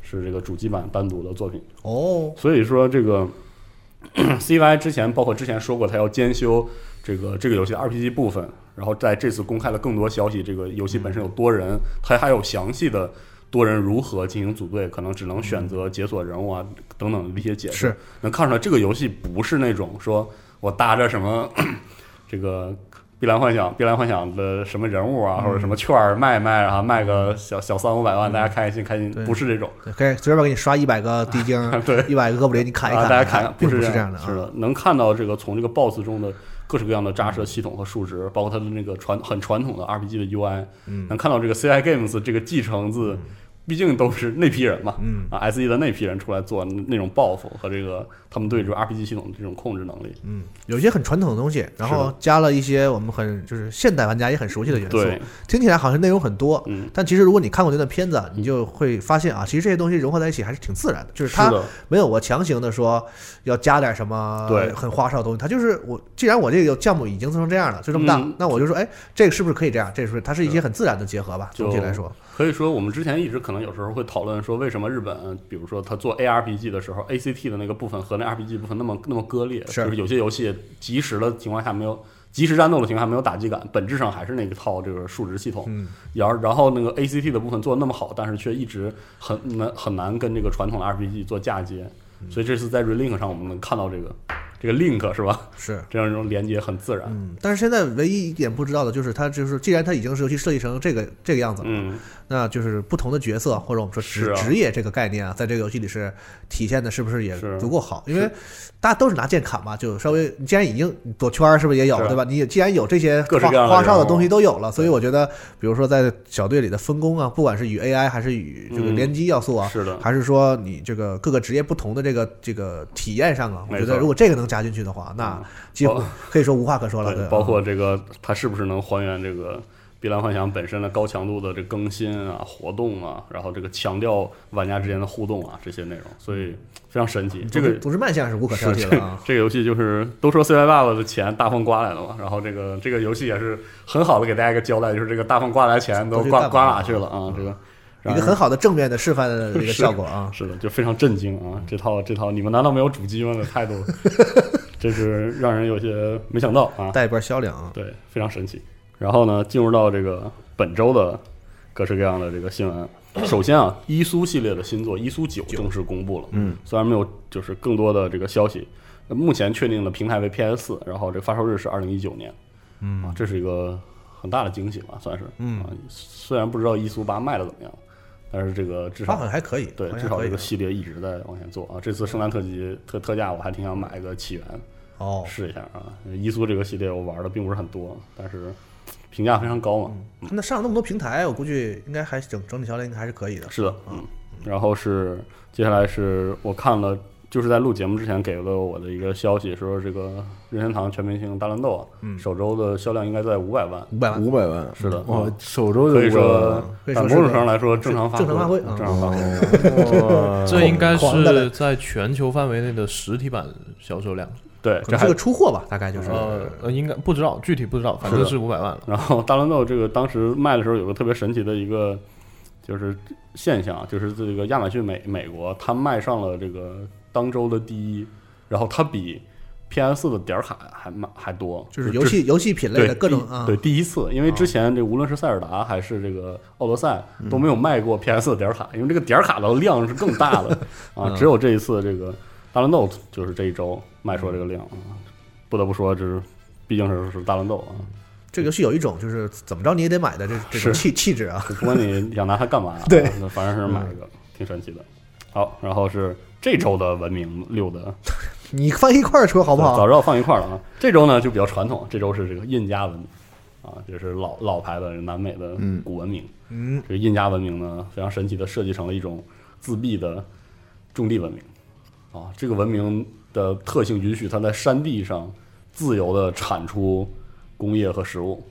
S1: 是这个主机版单独的作品。
S3: 哦，
S1: 所以说这个 CY 之前包括之前说过，他要兼修这个这个游戏的 RPG 部分，然后在这次公开了更多消息，这个游戏本身有多人，它还有详细的多人如何进行组队，可能只能选择解锁人物啊等等的一些解释，
S3: 是
S1: 能看出来这个游戏不是那种说我搭着什么 这个。碧蓝幻想，碧蓝幻想的什么人物啊，或者什么券儿卖一卖，然后卖个小小三五百万，大家开心开心，
S3: 对
S1: 不是这种。
S3: 对可以随便给你刷一百个地精，
S1: 对
S3: 一百个哥布林，你砍一
S1: 啊、
S3: 砍，
S1: 大家看，
S3: 并不
S1: 这
S3: 这样的
S1: 是
S3: 啊，
S1: 的，能看到这个从这个 BOSS 中的各式各样的扎实的系统和数值，包括它的那个传很传统的 RPG 的 UI，、能
S3: 嗯
S1: 看到这个 CI Games 这个继承自，毕竟都是那批人嘛，
S3: 嗯
S1: 啊 SE 的那批人出来做那那种报复和这个他们对这个 RPG 系统的这种控制能力，
S3: 嗯，有一些很传统的东西，然后加了一些我们很就是现代玩家也很熟悉的元素，
S1: 对，
S3: 听起来好像内容很多，
S1: 嗯，
S3: 但其实如果你看过那段片子，你就会发现啊，其实这些东西融合在一起还是挺自然的，就是
S1: 是
S3: 它
S1: 的，
S3: 没有我强行的说要加点什么
S1: 对
S3: 很花哨的东西，它就是我既然我这个项目已经做成这样了，就这么大，
S1: 嗯
S3: 那我就说，哎，这个是不是可以这样？这是不是它是一些很自然的结合吧？
S1: 就
S3: 总体来说，
S1: 可以说，我们之前一直可能有时候会讨论说，为什么日本，比如说他做 ARPG 的时候，ACT 的那个部分和那 RPG 部分那么那么割裂，
S3: 是
S1: 就是有些游戏及时的情况下没有及时战斗的情况下没有打击感，本质上还是那个套这个数值系统。
S3: 嗯，
S1: 然后然后那个 ACT 的部分做的那么好，但是却一直很难很难跟这个传统的 RPG 做嫁接，
S3: 嗯
S1: 所以这次在 Relink 上我们能看到这个这个 link 是吧？
S3: 是。
S1: 这样一种连接很自然。
S3: 嗯，但是现在唯一一点不知道的就是，它就是既然它已经是游戏设计成这个这个样子了，
S1: 嗯，
S3: 那就是不同的角色或者我们说
S1: 是
S3: 职、
S1: 啊
S3: 职业这个概念啊，在这个游戏里是体现的是不是也
S1: 是
S3: 足够好？因为大家都是拿剑砍嘛，就稍微你既然已经你躲圈儿是不是也有
S1: 是
S3: 对吧？你也既然有这些
S1: 各式
S3: 花
S1: 各样的
S3: 花哨的
S1: 人物
S3: 东西都有了，所以我觉得，比如说在小队里的分工啊，不管是与 AI 还是与这个
S1: 嗯
S3: 联机要素啊。
S1: 是的，
S3: 还是说你这个各个职业不同的这个这个体验上啊，我
S1: 没
S3: 觉
S1: 错嗯
S3: 得如果这个能加进去的话，那几乎
S1: 包
S3: 可以说无话可说了。对
S1: 对，
S3: 啊，
S1: 嗯包括这个它是不是能还原这个《碧蓝幻想》本身的高强度的这更新啊、活动啊，然后这个强调玩家之间的互动啊这些内容，所以非常神奇。这个
S3: 总之卖相是无可挑
S1: 是
S3: 剔
S1: 这
S3: 了啊。
S1: 这个游戏就是都说 CY 爸爸的钱大风刮来了嘛，然后这个这个游戏也是很好的给大家一个交代，就是这个大风刮来的钱都
S3: 都去
S1: 刮
S3: 干嘛
S1: 刮
S3: 了
S1: 哪去了啊？这个
S3: 一
S1: 让
S3: 个
S1: 人
S3: 很好的正面的示范的这个效果啊，
S1: 是的，就非常震惊啊！这套这套，你们难道没有主机吗？的 态度，这是让人有些没想到啊。
S3: 带一波销量啊。
S1: 对，非常神奇。然后呢，进入到这个本周的各式各样的这个新闻。首先啊，伊苏系列的新作《伊苏九》正式公布了。嗯，虽然没有就是更多的这个消息，呃目前确定的平台为 PS 四，然后这个发售日是二零一九年。嗯、啊，这是一个很大的惊喜吧，算是。嗯、啊，虽然不知道伊苏八卖的怎么样，但是这个至
S3: 八
S1: 少
S3: 好像还可以，
S1: 对，
S3: 好像
S1: 至少
S3: 还
S1: 这
S3: 可
S1: 个
S3: 以
S1: 系列一直在往前做啊。这次圣诞特辑特特价，我还挺想买一个起源。
S3: 哦，
S1: 试一下啊。伊苏这个系列我玩的并不是很多，但是评价非常高嘛。
S3: 那上了那么多平台，我估计应该还整整体销量应该还是可以的。
S1: 是的，嗯。然后是接下来是我看了，就是在录节目之前给了我的一个消息，说这个任天堂全明星大乱斗啊，
S3: 嗯
S1: 首周的销量应该在五百万。
S3: 五百万，
S4: 五百万
S1: 是的
S4: 哇
S1: 嗯，
S4: 首周就
S1: 可以说，
S3: 可以
S1: 在
S3: 说
S1: 某
S3: 是
S1: 种程度来说，正常发
S3: 正常发挥啊哦
S1: 正常发挥。
S4: 哇，
S2: 这应该
S3: 狂的嘞
S2: 是在全球范围内的实体版销售量，
S1: 对，
S3: 可
S1: 这
S3: 能是
S1: 还
S3: 个出货吧，大概就是
S2: 呃呃，应该不知道具体不知道，反正
S1: 是
S2: 是五百万了。
S1: 然后大乱斗这个当时卖的时候有个特别神奇的一个就是现象，啊就是这个亚马逊美美国，它卖上了这个当周的第一，然后它比 PS 的点儿卡还卖还多，
S3: 就是
S1: 这
S3: 游戏游戏品类
S1: 对
S3: 的各种
S1: 第
S3: 啊，嗯
S1: 对，第一次，因为之前这无论是塞尔达还是这个奥德赛都没有卖过 PS 的点儿卡，因为这个点儿卡的量是更大 的啊，
S3: 嗯
S1: 只有这一次这个大乱斗就是这一周卖出了这个量啊，不得不说，就是毕竟是是大乱斗啊，
S3: 这个游戏有一种就是怎么着你也得买的这这种
S1: 是
S3: 气气质啊，，
S1: 就不管你想拿它干嘛
S3: 对嗯
S1: 啊，反正是买一个，挺神奇的。好，然后是这周的文明六的，
S3: 你放一块儿说好不
S1: 早
S3: 好？
S1: 知道放一块儿了啊。这周呢就比较传统，这周是这个印加文明啊，就是老老牌的南美的
S4: 嗯
S1: 古文明。
S3: 嗯，
S1: 这个印加文明呢，非常神奇的设计成了一种自闭的种地文明啊。这个文明的特性允许它在山地上自由的产出工业和食物，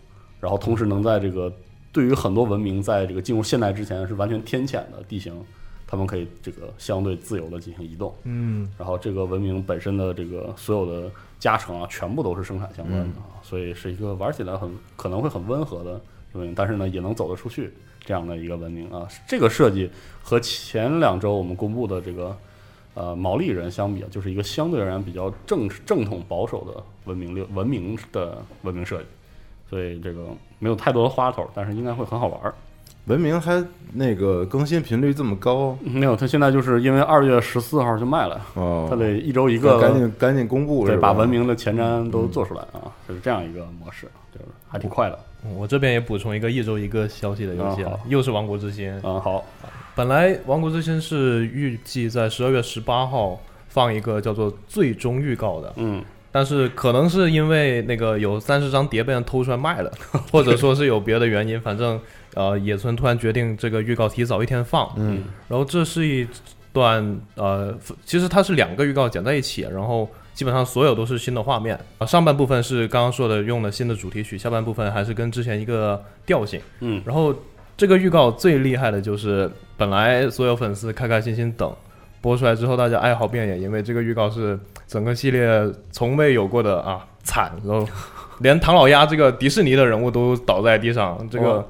S1: 然后同时能在这个对于很多文明在这个进入现代之前是完全天谴的地形，他们可以这个相对自由的进行移动。
S3: 嗯，
S1: 然后这个文明本身的这个所有的加成啊，全部都是生产相关的啊，所以是一个玩起来很可能会很温和的文明，但是呢也能走得出去这样的一个文明啊。这个设计和前两周我们公布的这个呃毛利人相比啊，就是一个相对而言比较正正统保守的文明六文明的文明设计，所以这个没有太多的花头，但是应该会很好玩儿。
S4: 文明还那个更新频率这么高
S1: 没有，它现在就是因为二月十四号就卖了，
S4: 哦，
S1: 它得一周一
S4: 一
S1: 个
S4: 赶紧赶紧公布，
S1: 对，
S4: 是吧
S1: 把文明的前瞻都做出来啊，就是这样一个模式，就是还挺快的。
S2: 我这边也补充一个一周一个消息的游戏
S1: 啊好，
S2: 啊又是《王国之心》。
S1: 嗯，好，
S2: 本来《王国之心》是预计在十二月十八号放一个叫做最终预告的，
S1: 嗯，
S2: 但是可能是因为那个有三十张碟被人偷出来卖了，或者说是有别的原因，反正呃，野村突然决定这个预告提早一天放，
S4: 嗯，
S2: 然后这是一段呃，其实它是两个预告剪在一起，然后基本上所有都是新的画面啊、上半部分是刚刚说的用了新的主题曲，下半部分还是跟之前一个调性，
S1: 嗯，
S2: 然后这个预告最厉害的就是，本来所有粉丝开开心心等播出来之后，大家哀嚎遍野，因为这个预告是整个系列从未有过的啊惨，然后连唐老鸭这个迪士尼的人物都倒在地上，这个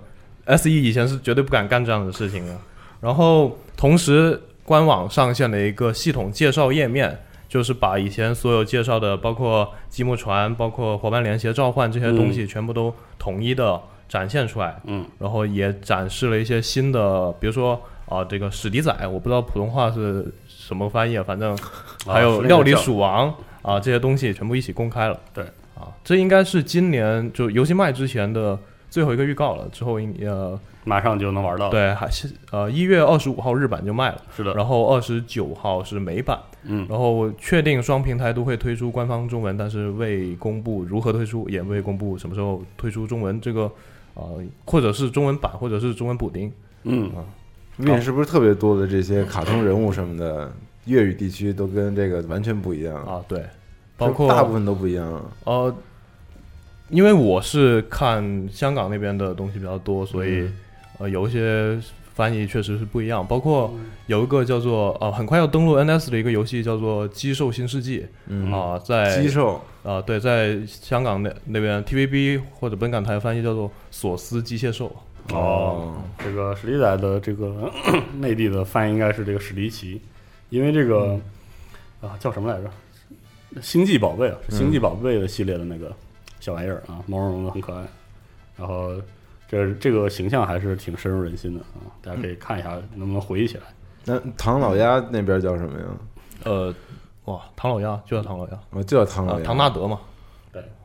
S2: S E 以前是绝对不敢干这样的事情的。然后同时，官网上线了一个系统介绍页面。就是把以前所有介绍的，包括积木船、包括伙伴联携召唤这些东西，全部都统一的展现出来。
S1: 嗯，
S2: 然后也展示了一些新的，比如说啊、这个史迪仔，我不知道普通话是什么翻译，啊反正
S1: 啊
S2: 还有料理鼠王啊、这些东西全部一起公开了。
S1: 对
S2: 啊，这应该是今年就游戏卖之前的最后一个预告了，之后应呃
S1: 马上就能玩
S4: 啊
S1: 到。，
S2: 对还是呃一月二十五号日版就卖了，
S1: 是
S4: 嗯
S1: 的，
S2: 然后二十九号是美版，
S1: 嗯，
S2: 然后确定双平台都会推出官方中文，但是未公布如何推出，也未公布什么时候推出中文这个，呃，或者是中文版，或者是中文补丁。
S1: 嗯，
S4: Win 是不是特别多的这些卡通人物什么的，粤语地区都跟这个完全不一样，
S2: 啊，对，包括
S4: 大部分都不一样。
S2: 呃，因为我是看香港那边的东西比较多，所以、呃有一些翻译确实是不一样。包括有一个叫做呃很快要登陆 NS 的一个游戏叫做《机兽新世纪》
S4: 嗯
S2: 啊、
S1: 哎
S2: 在
S4: 鸡兽
S2: 啊、对，在香港那那边 TVB 或者本港台翻译叫做“索斯机械兽
S1: 哦，这个史迪仔的这个 内地的翻译应该是这个史迪奇，因为这个啊叫什么来着？星际宝贝啊，是星际宝贝的系列的那个小玩意儿啊，毛茸茸的，很可爱。然后这这个形象还是挺深入人心的啊，大家可以看一下能不能回忆起来。
S4: 那唐老鸭那边叫什么呀？”。
S2: 呃，哇，唐老鸭就叫唐老鸭，
S4: 我哦就叫唐老
S2: 啊，
S4: 鸭。
S2: 唐纳德嘛，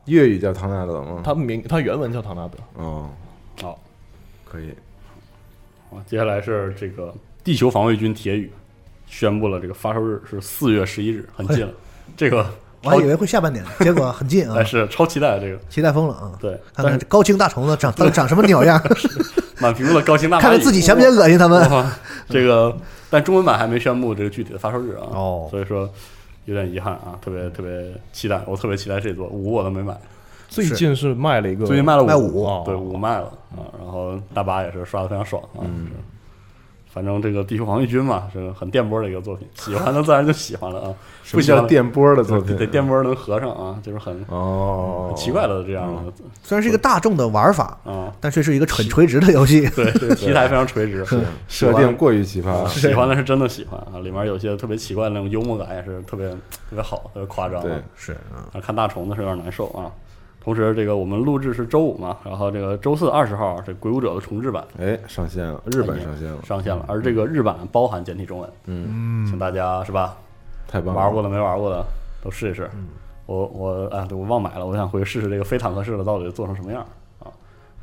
S4: 粤语叫唐纳德吗？
S2: 他名他原文叫唐纳德。
S4: 哦，
S1: 好，
S4: 可以。
S1: 啊，接下来是这个地球防卫军铁羽宣布了这个发售日是四月十一日，很近了。这个
S3: 我还以为会下半 年，结果很近啊
S1: 还，是超期待这个，
S3: 期待疯了啊！
S1: 对，
S3: 看
S1: 但
S3: 看
S1: 是
S3: 这高清大虫子 长到底长什么鸟样，
S1: 满屏幕的高清大蚂蚁，
S3: 看看自己想不想恶心他们。
S1: 哇这个，但中文版还没宣布这个具体的发售日啊，
S3: 哦
S1: 所以说有点遗憾啊，特别特别期待，我特别期待这座五我都没买，
S2: 最近是卖了一个，
S1: 最近卖了
S3: 卖
S1: 五
S3: 五
S1: 啊
S3: 嗯
S1: 对五卖了啊，然后大巴也是刷的非常爽啊，反正这个地球防御军嘛，是很电波的一个作品，喜欢的自然就喜欢了啊，不
S4: 不
S1: 喜欢
S4: 像
S1: 的
S4: 电波的作品，
S1: 得电波能合上啊，就是很
S4: 嗯哦
S1: 很，奇怪的这样的
S3: 虽然是一个大众的玩法，
S4: 哦
S1: 啊，
S3: 但却是一个很垂直的游戏。
S1: 对，这个题材非常垂直，
S4: 设定过于奇葩
S1: 啊，，喜欢的是真的喜欢啊，里面有些特别奇怪的那种幽默感也是特别特别好，特别夸张、啊。
S4: 对
S3: 是啊，
S1: 啊，看大虫子是有点难受啊。同时，这个我们录制是周五嘛，然后这个周四二十号这《鬼武者》的重制版
S4: 哎，上线了，日本上线了，
S1: 上线了，而这个日版包含简体中文，嗯，请大家是吧？
S4: 太棒了，嗯
S1: 玩过的没玩过的都试一试。我我啊，对我忘买了，我想回去试试这个非坦克式的到底做成什么样啊？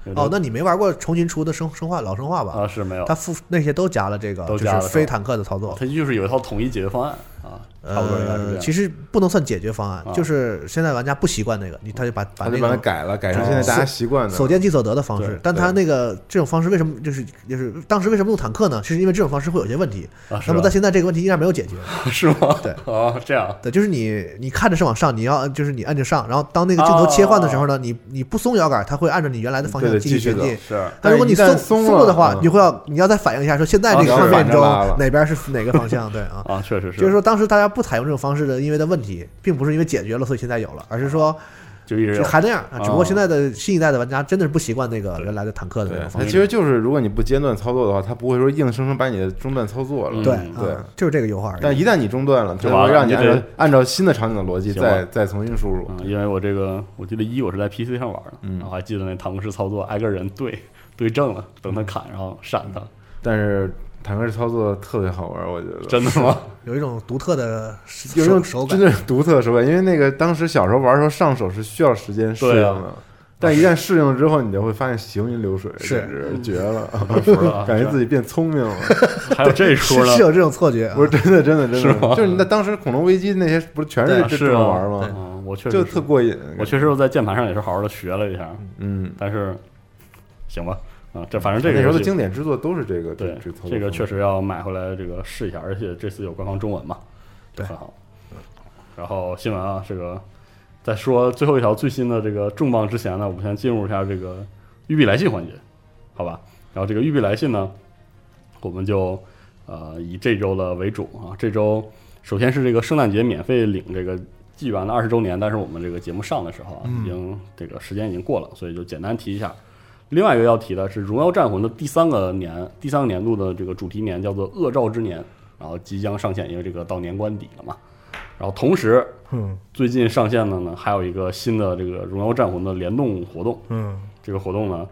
S1: 有的
S3: 哦，那你没玩过重新出的生生化老生化吧？
S1: 啊是没有，
S3: 它附那些都加了这个，
S1: 都
S3: 就
S1: 加了
S3: 是
S1: 是吧
S3: 非坦克的操作。
S1: 它就是有一套统一解决方案啊，差不多应该是这
S3: 呃，
S1: 样。
S3: 其实不能算解决方案
S1: 啊，
S3: 就是现在玩家不习惯那个，你他就把把
S4: 他
S3: 那
S4: 就把它
S3: 个
S4: 改了，改成现在大家习惯的
S3: 手贱即所得的方
S1: 对
S3: 式，但他那个这种方式为什么就是就是当时为什么用坦克呢？是因为这种方式会有些问题
S1: 啊，是
S3: 那么
S1: 吧
S3: 到现在这个问题依然没有解决。
S1: 是吗？
S3: 对
S1: 啊，这样
S3: 对，就是你你看着是往上，你要就是你按着上，然后当那个镜头切换的时候
S1: 啊
S3: 呢，你你不松摇杆，它会按照你原来的方
S4: 对对
S3: 向继续
S4: 继续
S3: 前
S4: 走
S3: 进。
S1: 是
S3: 但如果你
S4: 但一旦
S3: 松
S4: 松
S3: 了的话，
S1: 啊
S4: 了嗯
S3: 你会要你要再反应一下，说现在这个
S4: 啊
S3: 画面中
S4: 反着拉了
S3: 哪边是哪个方向？对啊，
S1: 啊，确实是，
S3: 就是说当时大家不采用这种方式的，因为的问题，并不是因为解决了所以现在有了，而是说
S1: 就一直
S3: 就
S1: 哦有哦
S3: 还那样啊。只不过
S4: 啊
S3: 现在的新一代的玩家真的是不习惯那个原来的坦克的那
S4: 对
S3: 种，方
S4: 它
S3: 式。
S4: 其实就是如果你不间断操作的话，它不会说硬生生把你的中断操作了。
S1: 嗯
S3: 对
S4: 对
S3: 啊，就是这个油画而已。
S4: 但一旦你中断了，它
S1: 就完了
S4: 会让你
S1: 你
S4: 按
S1: 就
S4: 照按照新的场景的逻辑
S1: 行
S4: 再
S1: 吧
S4: 再重新输入。
S1: 嗯，因为我这个，我记得一我是在 PC 上玩的，然后还记得那唐克式操作，挨个人对对正了，等他砍，然后闪他，
S4: 但是坦克式操作特别好玩，我觉得
S1: 真的吗？
S3: 有一种独特的手
S4: 有一种
S3: 手
S4: 真
S3: 感，
S4: 的是独特的手感，因为那个当时小时候玩的时候上手是需要时间适应
S1: 对啊
S4: 的，但一旦适应了之后，你就会发现行云流水，
S3: 是
S4: 简直绝了，
S1: 服 了啊
S4: 感觉自己变聪明了。
S1: 还有这一
S3: 是
S1: 出呢
S3: 是？有这种错觉啊。
S4: 不是真的，真的，真的，
S1: 嗯 是吗
S4: 就是你在当时恐龙危机那些不是全
S1: 对啊
S4: 是
S1: 是
S4: 这
S1: 啊
S4: 么玩吗？
S1: 嗯，我确实
S4: 就是特过瘾。
S1: 我确实在键盘上也是好好的学了一下，
S4: 嗯，
S1: 但是行吧，啊，这反正这
S4: 那
S1: 个
S4: 时候的
S1: 游戏
S4: 经典之作都是这个，
S1: 对
S4: 这操作
S1: 这个确
S4: 方式
S1: 实要买回来这个试一下，而且这次有官方中文嘛，就很好。然后新闻啊，这个在说最后一条最新的这个重磅之前呢，我们先进入一下这个玉璧来信环节，好吧？然后这个玉璧来信呢，我们就呃以这周的为主啊，这周首先是这个圣诞节免费领这个纪元的二十周年，但是我们这个节目上的时候啊，已
S4: 嗯
S1: 经这个时间已经过了，所以就简单提一下。另外一个要提的是《荣耀战魂》的第三个年，第三个年度的这个主题年叫做“恶兆之年”，然后即将上线，因为这个到年关底了嘛。然后同时，
S3: 嗯
S1: 最近上线的呢还有一个新的这个《荣耀战魂》的联动活动，
S3: 嗯，
S1: 这个活动呢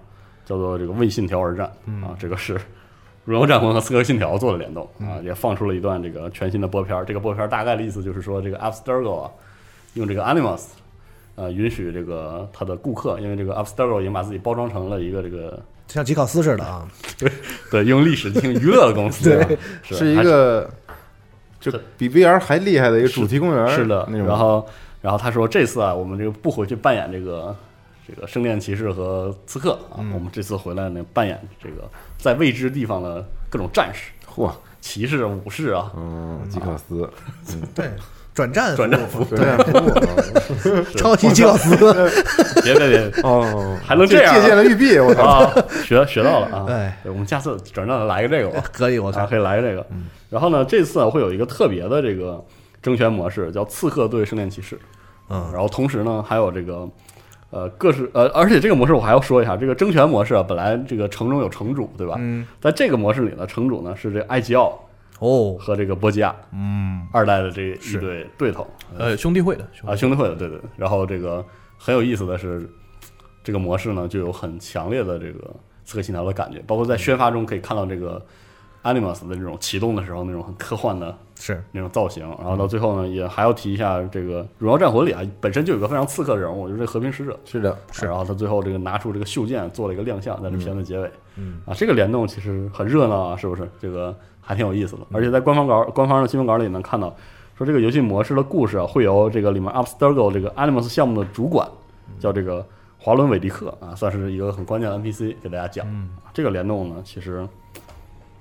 S1: 叫做这个“为信条而战”啊，这个是《荣耀战魂》和《刺客信条》做的联动
S3: 嗯
S1: 啊，也放出了一段这个全新的播片儿。这个播片儿大概的意思就是说，这个 Abstergo 啊，用这个 Animus 呃允许这个他的顾客，因为这个 Abstergo 已经把自己包装成了一个这个
S3: 像吉考斯似的啊，
S1: 对，用历史进行娱乐的公 司，
S3: 对
S1: 是
S4: 是一
S1: 还
S4: 个就
S1: 对
S4: 比 VR 还厉害的一个主题公园，
S1: 是的
S4: 那。种。
S1: 然后，然后他说这次啊，我们这个不回去扮演这个这个圣殿骑士和刺客啊，
S4: 嗯
S1: 我们这次回来呢扮演这个在未知地方的各种战士、啊
S4: 嚯，
S1: 骑士、武士啊，
S4: 嗯，吉克斯，
S3: 对，转战
S1: 转战服务，
S4: 对，啊嚯
S3: 超级吉考斯，
S1: 别别别，
S4: 哦，
S1: 还能这样啊
S4: 借借鉴了玉璧，我操，
S1: 啊，学学到了啊！
S3: 哎
S1: 对，我们下次转账来个这个吧。
S3: 可以，我
S1: 啊，
S3: 看
S1: 可以来这个。然后呢，这次啊会有一个特别的这个争权模式，叫刺客对圣殿骑士。
S3: 嗯
S1: 然后同时呢，还有这个呃各式呃，而且这个模式我还要说一下，这个争权模式啊，本来这个城中有城主，对吧？嗯，在这个模式里呢，城主呢是这埃吉奥
S3: 哦，
S1: 和这个波吉亚
S2: 嗯，
S1: 二代的这一对对头
S2: 呃，兄弟会的，兄弟
S1: 啊，兄弟会的，对对。对然后这个很有意思的是，这个模式呢就有很强烈的这个刺客信条的感觉，包括在宣发中可以看到这个 Animus 的这种启动的时候那种很科幻的
S3: 是
S1: 那种造型。然后到最后呢，也还要提一下这个《荣耀战魂》里啊，本身就有个非常刺客人物，就是这和平使者。
S4: 是的，
S1: 是，然后他最后这个拿出这个袖剑做了一个亮相，在这片子结尾。嗯啊，这个联动其实很热闹啊，是不是？这个还挺有意思的。而且在官方稿、官方的新闻稿里能看到，说这个游戏模式的故事啊，会由这个里面 Abstergo 这个 Animus 项目的主管叫这个华伦韦迪克啊，算是一个很关键的 NPC 给大家讲。啊这个联动呢，其实。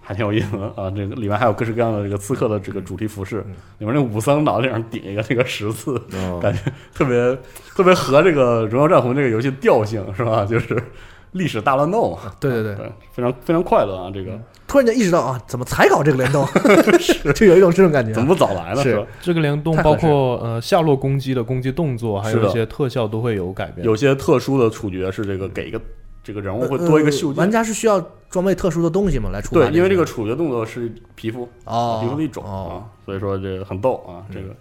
S1: 还挺有意思的啊！这个里面还有各式各样的这个刺客的这个主题服饰，里面那武僧脑袋上顶一个这个十字，
S4: 哦
S1: 感觉特别特别合这个《荣耀战魂》这个游戏调性是吧？就是 历史大乱斗嘛，
S2: 对对对，
S1: 对，非常非常快乐啊！这个
S3: 突然间意识到啊，怎么才搞这个联 动， 就有一种这种感觉啊
S1: 怎。么不早来呢？
S3: 是
S1: 吧？
S2: 这个联动
S3: 太合
S2: 包
S3: 适
S2: 括呃下落攻击的攻击动作，还
S1: 是
S2: 有
S1: 的
S2: 一些特效都会有改变。
S1: 有些特殊的处决是这个给一个这个人物会多一个袖
S3: 呃玩
S1: 箭，
S3: 家是需要装备特殊的东西嘛来触发
S1: 对，因为这
S3: 个
S1: 个处决动作是皮肤
S3: 哦
S1: 皮肤的一种
S3: 哦嗯
S1: 啊，所以说这个很逗啊，这个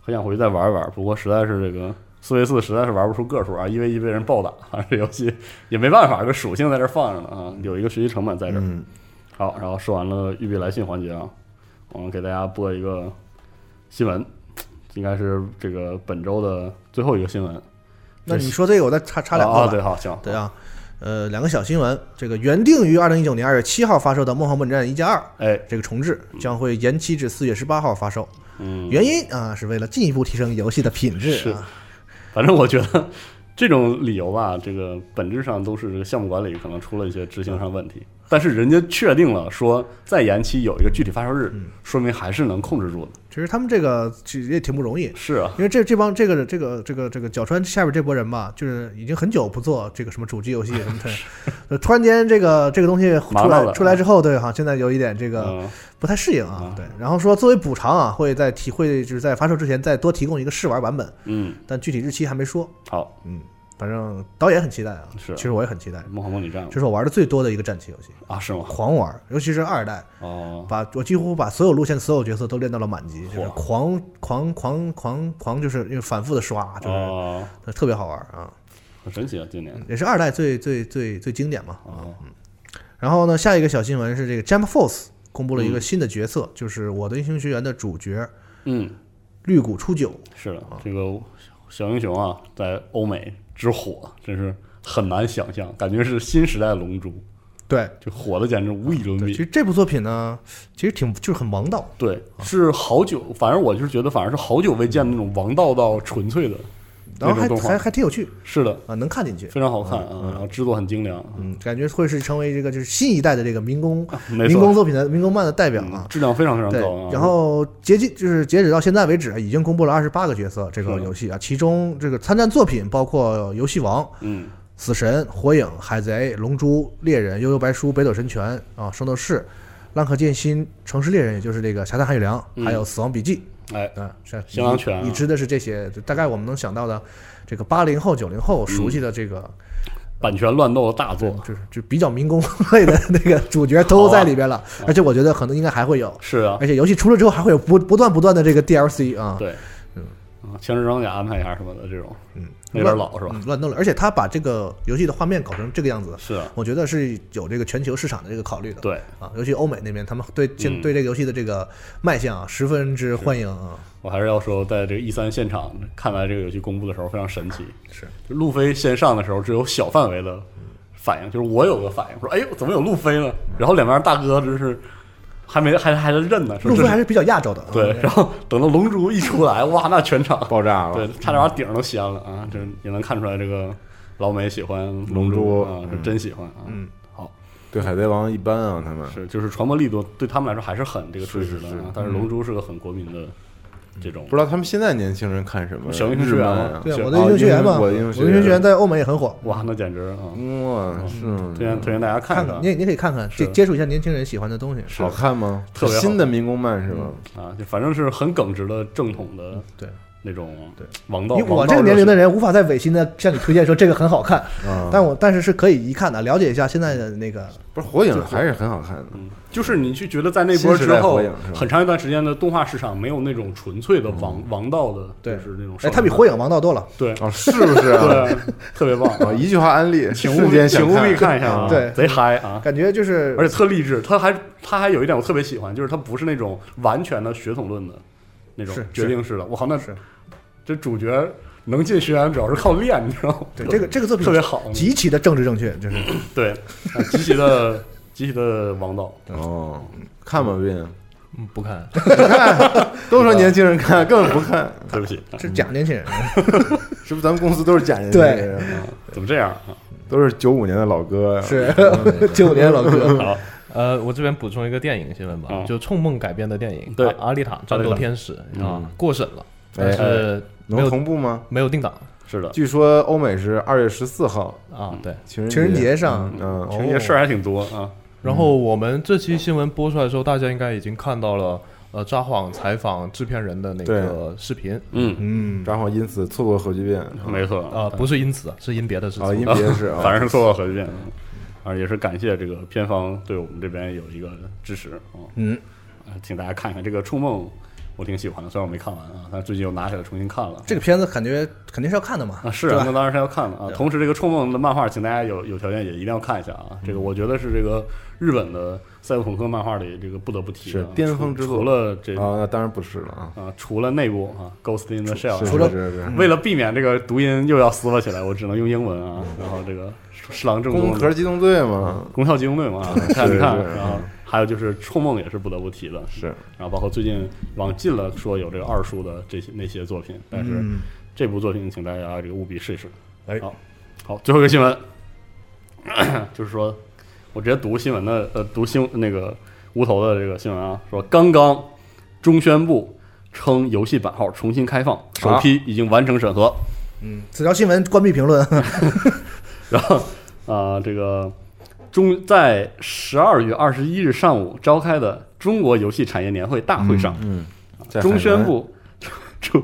S1: 很想回去再玩一玩，不过实在是这个。四 v 四实在是玩不出个数啊，一 v 一被人暴打， 啊，这游戏也没办法，这属性在这放着呢啊，有一个学习成本在这儿。
S3: 嗯，
S1: 好，然后说完了预备来信环节啊，我们给大家播一个新闻，应该是这个本周的最后一个新闻。
S3: 那你说这个我再插插两
S1: 啊，
S3: 话吧
S1: 对，好，行，
S3: 对啊，呃，两个小新闻，这个原定于二零一九年二月七号发售的《梦幻本战一加二》
S1: 哎，
S3: 这个重置将会延期至四月十八号发售，
S1: 嗯，
S3: 原因啊是为了进一步提升游戏的品质
S1: 是
S3: 啊。
S1: 反正我觉得这种理由吧，这个本质上都是这个项目管理可能出了一些执行上问题。但是人家确定了说再延期有一个具体发售日，
S3: 嗯
S1: 说明还是能控制住的。
S3: 其实他们这个其实也挺不容易，
S1: 是啊，
S3: 因为这这帮这个这个这个这个角川下边这波人吧，就是已经很久不做这个什么主机游戏什么的， 呃突然间这个这个东西
S1: 麻烦
S3: 出来
S1: 了
S3: 出来之后，对哈，现在有一点这个
S1: 嗯，
S3: 不太适应啊，对。然后说作为补偿啊，会在提会就是在发售之前再多提供一个试玩版本，
S1: 嗯，
S3: 但具体日期还没说。
S1: 好，
S3: 嗯，反正导演很期待啊，
S1: 是
S3: 其实我也很期待，
S1: 梦幻梦里战
S3: 这是我玩的最多的一个战棋游戏，
S1: 啊，是吗？
S3: 狂玩，尤其是二代，
S1: 哦，
S3: 把我几乎把所有路线、所有角色都练到了满级，就是
S1: 嚯
S3: 狂狂狂狂狂，就是因为反复的刷，就是、
S1: 哦，
S3: 特别好玩啊，
S1: 很神奇啊，今年
S3: 也是二代最最最最经典嘛啊。
S1: 哦，
S3: 然后呢，下一个小新闻是这个 Jump Force 公布了一个新的角色，就是《我的英雄学院》的主角
S1: 嗯。
S3: 绿谷初九，
S1: 是的，
S3: 啊
S1: 这个小英雄啊，在欧美之火，真是很难想象，感觉是新时代的龙珠，
S3: 对。
S1: 就火的简直无以伦
S3: 对，其
S1: 比。
S3: 实这部作品呢，其实挺就是很王道，
S1: 对，是好久，反正我就是觉得，反而是好久未见那种王道到纯粹的
S3: 然
S1: 那
S3: 后还
S1: 种动
S3: 还
S1: 画。
S3: 还挺有趣
S1: 是的，
S3: 啊，能看进去。
S1: 非常好看啊，然后制作很精良，
S3: 嗯，感觉会是成为这个就是新一代的这个民工
S1: 啊没
S3: 嗯民
S1: 错
S3: 工，作品的民工漫的代表啊
S1: 嗯。质量非常非常
S3: 对
S1: 高啊。，
S3: 然后截至就是截止到现在为止，已经公布了二十八个角色这个
S1: 是
S3: 游戏啊，其中这个参战作品包括游戏王、
S1: 嗯，
S3: 死神、火影、海贼、龙珠、猎人、悠悠白书、北斗神拳啊、圣斗士、浪客剑心、城市猎人，也就是这个侠盗汉月良，
S1: 嗯
S3: 还有死亡笔记
S1: 哎，
S3: 啊，是
S1: 相当全啊
S3: 已知的是这些，就大概我们能想到的这个八零后、九零
S1: 嗯
S3: 后熟悉的这个
S1: 版权乱斗大作
S3: 就是就比较民工 类的那个主角都在里边了，
S1: 哦
S3: 而且我觉得可能应该还会有，
S1: 是啊，
S3: 而且游戏出了之后还会有不不断不断的这个 DLC 啊，
S1: 对，嗯，强制装甲安排一下什么的这种，
S3: 嗯，
S1: 有点老是吧？
S3: 嗯乱斗了，而且他把这个游戏的画面搞成这个样子，
S1: 是啊，
S3: 我觉得是有这个全球市场的这个考虑的，
S1: 对，
S3: 啊，尤其欧美那边他们对现
S1: 嗯
S3: 对这个游戏的这个卖相啊十分之欢迎啊，
S1: 我还是要说，在这个 E 三现场看来这个游戏公布的时候非常神奇。
S3: 是
S1: 就路飞线上的时候，只有小范围的反应，就是我有个反应说：“哎呦，怎么有路飞呢？”
S4: 嗯
S1: 然后两边大哥就是还没还还在认呢，说
S3: 路
S1: 这
S3: 飞还是比较亚洲的，啊
S1: 对。
S4: 嗯
S1: 然后等到龙珠一出来，哇，那全 场
S4: 爆炸了
S1: 对，，差点把顶儿都掀了啊！这也能看出来，这个老美喜欢龙
S4: 龙珠
S1: 啊，是真喜欢啊。
S3: 嗯，
S1: 好，
S4: 对海贼王一般啊，他们
S1: 是就是传播力度对他们来说还是很这个垂直的
S4: 是是
S1: 啊
S4: 是，嗯
S1: 但是龙珠是个很国民的这种
S4: 不知道他们现在年轻人看什么
S1: 小英雄
S4: 日
S1: 学
S4: 漫
S1: 院吗
S4: 啊，
S3: 对啊，
S1: 是
S3: 我的英雄学员嘛，
S4: 哦
S3: 我
S4: 我
S3: 的
S4: 的
S3: 英
S4: 英雄学员
S3: 雄学员在欧美也很火，
S1: 哇，那简直啊！
S4: 哇，是吗
S1: 推荐推荐大家看啊
S3: 看
S1: 看
S3: 看，你也你可以看看，接
S1: 是
S3: 接触一下年轻人喜欢的东西，
S4: 好看吗？
S1: 特别好
S4: 新的民工漫是吗？
S3: 嗯
S1: 啊，就反正是很耿直的正统的
S3: 对。
S1: 那种
S3: 对
S1: 王道。
S3: 因为我
S1: 王
S3: 这
S1: 道
S3: 个年龄的
S1: 热血，
S3: 人无法再违心的向你推荐说这个很好看，
S4: 啊，
S3: 但我但是是可以一看的，了解一下现在的那个
S4: 不是火影还是很好看的，
S1: 嗯就是你去觉得在那波之
S4: 新时代
S1: 后
S4: 火影是吧，
S1: 很长一段时间的动画市场没有那种纯粹的王王道的，
S3: 嗯对
S1: 就是那种少年
S3: 哎，
S1: 漫。
S3: 它比火影王道多了。
S1: 对
S4: 啊，是不是啊？
S1: 对，特别棒
S3: 哦
S4: 啊，
S1: 啊！
S4: 一句话安利，
S1: 请务
S4: 瞬
S1: 必
S4: 间
S1: 请
S4: 想
S1: 务必看一下啊，
S3: 对
S1: 贼嗨啊！
S3: 感觉就是，
S1: 而且特励志，他还他还有一点我特别喜欢，就是他不是那种完全的血统论的那种
S3: 是
S1: 决定式的。我靠，那
S3: 是
S1: 这主角能进学院主要是靠练，你知道吗？
S3: 对这个这个作品
S1: 特别好，
S3: 极其的政治正确，就是
S1: 对，啊极其的极其的王道。
S4: 哦，看吧，斌，
S2: 嗯，不看，
S4: 都说年轻人看， 根本不看，
S1: 对不起，啊
S3: 是假年轻人。
S4: 是不是？咱们公司都是假年轻
S3: 对
S4: 人啊，
S1: 怎么这样啊？
S4: 都是九五年的老哥呀，
S3: 是
S1: 嗯
S3: 九五年老哥，
S1: 好，
S2: 呃，我这边补充一个电影新闻吧，
S1: 嗯
S2: 就《冲梦》改编的电影，
S1: 对嗯
S2: 阿阿丽塔战斗天使》啊，过审了，
S4: 哎
S2: 但是没
S4: 能
S2: 有
S4: 同步吗？
S2: 没有定档，
S1: 是的，
S4: 据说欧美是二月十四号
S1: 嗯
S2: 啊，对。
S4: 情人
S3: 情人节上哦
S4: 嗯，
S1: 情人节事儿还挺多啊。
S2: 然后我们这期新闻播出来的时候，大家应该已经看到了，呃，札幌采访制片人的那个视频
S1: 嗯，
S3: 嗯，
S4: 然后因此错过核聚变
S1: 没错
S2: 啊、不是因此，是因别的事
S4: 啊， 因
S2: 情。
S4: 别的嗯事啊，
S1: 反正是错过核聚变，啊，也是感谢这个片方对我们这边有一个支持啊。
S3: 嗯，
S1: 啊请大家看一看这个《触梦》，我挺喜欢的，虽然我没看完啊，但最近又拿起来重新看了。
S3: 这个片子感觉肯定是要看的嘛，
S1: 啊，是
S3: 对
S1: 啊，
S3: 吧
S1: 那当然是要看的啊。同时，这个《冲梦》的漫画，请大家有有条件也一定要看一下啊。
S4: 嗯
S1: 这个我觉得是这个日本的赛博朋克漫画里这个不得不提的啊
S4: 是巅峰
S1: 除
S4: 之作
S1: 除了这
S4: 啊，那当然不是了啊，
S1: 啊，除了内部啊，《Ghost in the Shell
S4: 是》
S3: 除了
S4: 是是是
S1: 为了避免这个读音又要撕巴起来，我只能用英文啊。
S4: 嗯
S1: 然后这个侍郎正宗
S4: 攻壳
S1: 的
S4: 机动队嘛，
S1: 功效机动队嘛，啊看
S4: 是
S1: 一看。
S4: 是嗯
S1: 然后还有就是《冲梦》也是不得不提的，
S4: 是
S1: 然后包括最近往近了说有这个二叔的这些那些作品，但是
S3: 嗯
S1: 这部作品请大家这个务必试一试。
S3: 哎
S1: 好，好，最后一个新闻， 就是说我直接读新闻的，呃，读新那个无头的这个新闻啊，说刚刚中宣部称游戏版号重新开放，首批已经完成审核，
S3: 嗯，此条新闻关闭评论，
S1: 然后 啊、呃这个中在十二月二十一日上午召开的中国游戏产业年会大会上，
S4: 嗯，在
S1: 中
S4: 海
S1: 宣
S4: 南
S1: 部 中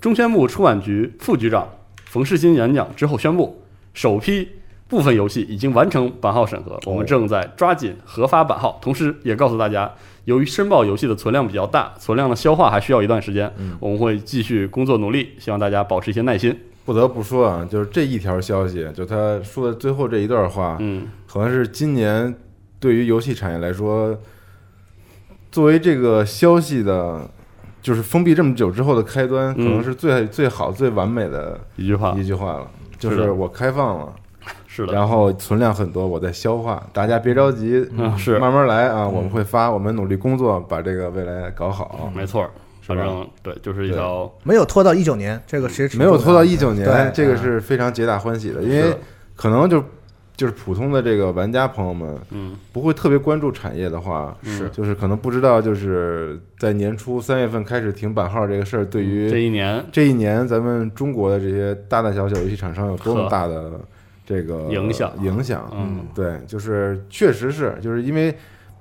S1: 中宣部出版局副局长冯世新演讲之后宣布，首批部分游戏已经完成版号审核，我
S4: 哦
S1: 们正在抓紧核发版号。同时，也告诉大家，由于申报游戏的存量比较大，存量的消化还需要一段时间，
S4: 嗯
S1: 我们会继续工作努力，希望大家保持一些耐心。
S4: 不得不说啊，就是这一条消息，就他说的最后这一段话，
S1: 嗯，
S4: 好像是今年对于游戏产业来说，作为这个消息的，就是封闭这么久之后的开端，可
S1: 嗯
S4: 能是最最好、最完美的
S1: 一句话
S4: 一，句话了，就是是
S1: 的
S4: 我开放了，
S1: 是的，
S4: 然后存量很多，我在消化，大家别着急，
S1: 嗯是
S4: 慢慢来啊，我们会发，我们努力工作，把这个未来搞好。
S1: 没错儿，反
S4: 吧
S1: 正对，就是一
S4: 对
S1: 条
S3: 没有拖到一九年，这个其实挺
S4: 没有拖到一九
S3: 对
S4: 年
S3: 啊，
S4: 这个是非常皆大欢喜的，因
S1: 嗯是
S4: 为
S1: 的
S4: 可能就就是普通的这个玩家朋友们，
S1: 嗯，
S4: 不会特别关注产业的话，
S1: 是
S4: 就是可能不知道，就是在年初三月份开始停版号这个事儿，对
S1: 嗯这
S4: 于
S1: 一年
S4: 这一年咱们中国的这些大大小小游戏厂商有多么
S1: 呵
S4: 大的这个
S1: 影响
S4: 影响，
S1: 嗯，
S4: 对，就是确实是，就是因为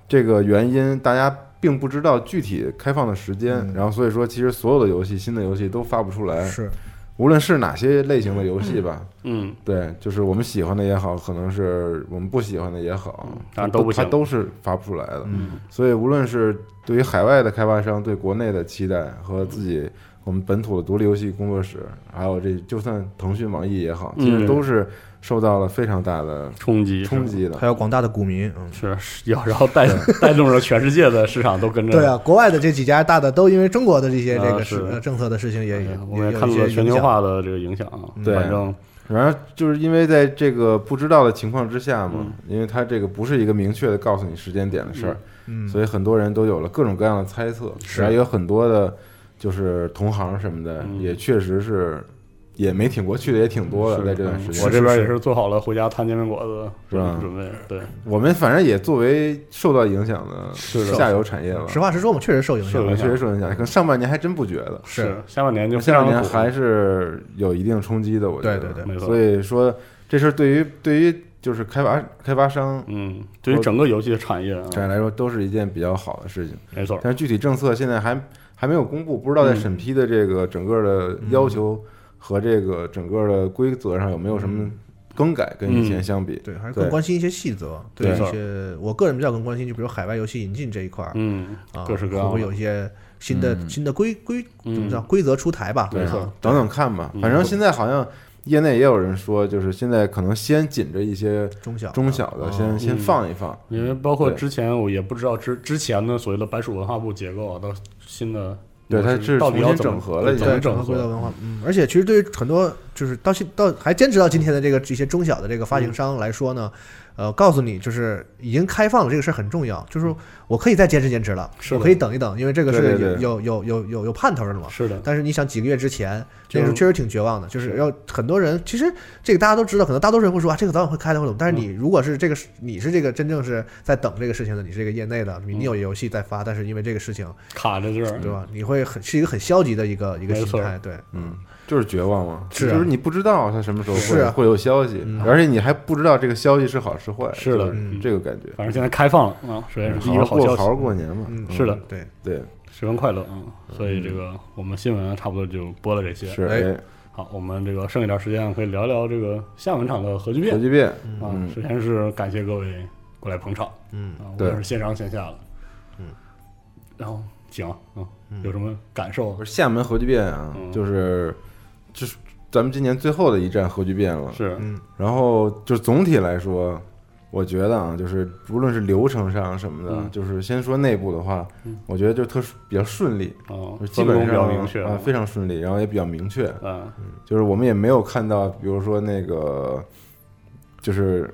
S4: 这个原因，大家。并不知道具体开放的时间，然后所以说，其实所有的游戏、新的游戏都发不出来，
S3: 嗯是
S4: 无论是哪些类型的游戏吧，
S1: 嗯，
S4: 对，就是我们喜欢的也好，可能是我们不喜欢的也好，
S1: 但
S4: 它
S1: 是都不行
S4: 它都是发不出来的。
S3: 嗯
S4: 所以无论是对于海外的开发商对国内的期待和自己我们本土的独立游戏工作室，还有这就算腾讯、网易也好，
S1: 嗯
S4: 其实都是受到了非常大的
S1: 冲击
S4: 冲。击的
S3: 还。有广大的股民，嗯，
S1: 是，是要然后带 带动了全世界的市场都跟着
S3: 对啊，国外的这几家大的都因为中国的这些这
S1: 嗯啊
S3: 个
S1: 是
S3: 事呃政策的事情也也
S1: 对嗯我
S3: 也
S1: 们也看
S3: 有一
S1: 到了
S3: 些
S1: 全球
S3: 影响，
S1: 化的这个影响啊。
S4: 对
S1: 反正
S4: 然而，就是因为在这个不知道的情况之下嘛，因为它这个不是一个明确的告诉你时间点的事儿，
S3: 嗯，
S4: 所以很多人都有了各种各样的猜测，
S3: 是
S4: 然后有很多的，就是同行什么的，
S1: 嗯
S4: 也确实是也没挺过去的也挺多的，在这段时间，
S1: 我这边也是做好了回家摊煎饼果子
S4: 是吧
S1: 准备。对，
S4: 我们反正也作为受到影响的
S1: 的
S4: 下游产业了，
S3: 实话实说，我们确实受影响
S1: 是
S4: 我
S1: 的
S3: 了，
S4: 们确实受影响，可能上半年还真不觉得，
S3: 是
S1: 下半年就非
S4: 下
S1: 常
S4: 半年
S1: 苦
S4: 还是有一定冲击的，我觉得，
S3: 对对
S1: 对没错
S4: 所以说这事儿对于对于就是开发开发商
S1: 嗯，对于整个游戏的产业啊，
S4: 产业来说，都是一件比较好的事情。
S1: 没错，
S4: 但是具体政策现在还还没有公布，不知道在
S1: 嗯
S4: 审批的这个整个的要求和这个整个的规则上有没有什么更改，跟以前相比。
S3: 对，还是
S4: 对
S3: 更关心一些细则，对
S4: 对
S3: 一些我个人比较更关心，就比如海外游戏引进这一块儿
S1: 嗯，
S3: 啊，
S1: 各式各样的
S3: 会不会有一些新的新的规规怎么叫规则出台吧？
S1: 对
S4: 啊
S1: 没错
S4: 等等看吧。反正现在好像业内也有人说，就是现在可能先紧着一些
S3: 中小啊哦
S4: 中小的，先先放一放。
S1: 因为包括
S4: 对
S1: 之前我也不知道之之前的所谓的白鼠文化部结构啊，到新的
S4: 对
S1: 模式
S4: 它是
S1: 到底要
S4: 重新
S1: 怎么
S4: 整合了已经
S1: 怎么
S3: 对，
S1: 整
S3: 合规则
S1: 合？
S3: 文化，嗯，而且其实对于很多就是到现到还坚持到今天的这个这些中小的这个发
S1: 嗯
S3: 行商来说呢，呃，告诉你就是已经开放了，这个事儿很重要，就是我可以再坚持坚持了，
S1: 是的
S3: 我可以等一等，因为这个
S4: 对
S3: 是
S4: 对
S3: 有
S4: 对
S3: 有有有有有盼头的嘛。
S1: 是的，
S3: 但是你想几个月之前，
S1: 就
S3: 那时候确实挺绝望的，就是要很多人，其实这个大家都知道，可能大多数人会说啊，这个早晚会开的，或者怎么。但
S1: 嗯
S3: 是你如果是这个，你是这个真正是在等这个事情的，你是这个业内的，
S1: 嗯
S3: 你你有游戏在发，但是因为这个事情，
S1: 卡着劲儿，
S3: 对吧？你会很是一个很消极的一个一个
S1: 没
S3: 心
S1: 错
S3: 态，对，
S4: 嗯，就是绝望嘛，
S3: 是啊
S4: 就是你不知道它什么时候
S3: 是
S4: 会
S3: 啊
S4: 会有消息
S3: 嗯，
S4: 而且你还不知道这个消息是好是坏，
S1: 是的
S4: 就
S3: 嗯
S4: 这个感觉。
S1: 反正现在开放了啊，首先是第一个
S4: 好
S1: 好
S4: 好过，
S1: 消
S4: 好好
S1: 息，
S4: 过年嘛，
S3: 嗯，
S1: 是的，
S3: 对，
S4: 对，
S1: 十分快乐啊。所以这个我们新闻啊差不多就播了这些。
S4: 嗯是
S3: 哎
S4: 哎
S1: 好，我们这个剩一点时间啊可以聊聊这个厦门场的核聚
S4: 核
S1: 变
S4: 聚变，
S1: 啊
S4: 嗯。
S1: 首先是感谢各位过来捧场
S3: 嗯，
S1: 啊，无
S4: 对
S1: 论是线上线下的，
S3: 嗯，
S1: 然后行啊，
S3: 嗯
S1: 有什么感受
S4: 不？是厦门核聚变啊，
S1: 嗯
S4: 就是就是咱们今年最后的一站核聚变了。
S1: 是
S3: 嗯
S4: 然后就总体来说，我觉得啊，就是无论是流程上什么的，
S1: 嗯
S4: 就是先说内部的话，我觉得就特殊比较顺利，
S1: 啊
S4: 就，是基
S1: 分工
S4: 本
S1: 比较
S4: 上
S1: 明确
S4: 啊非常顺利，然后也比较明确。
S1: 嗯
S4: 就是我们也没有看到，比如说那个就是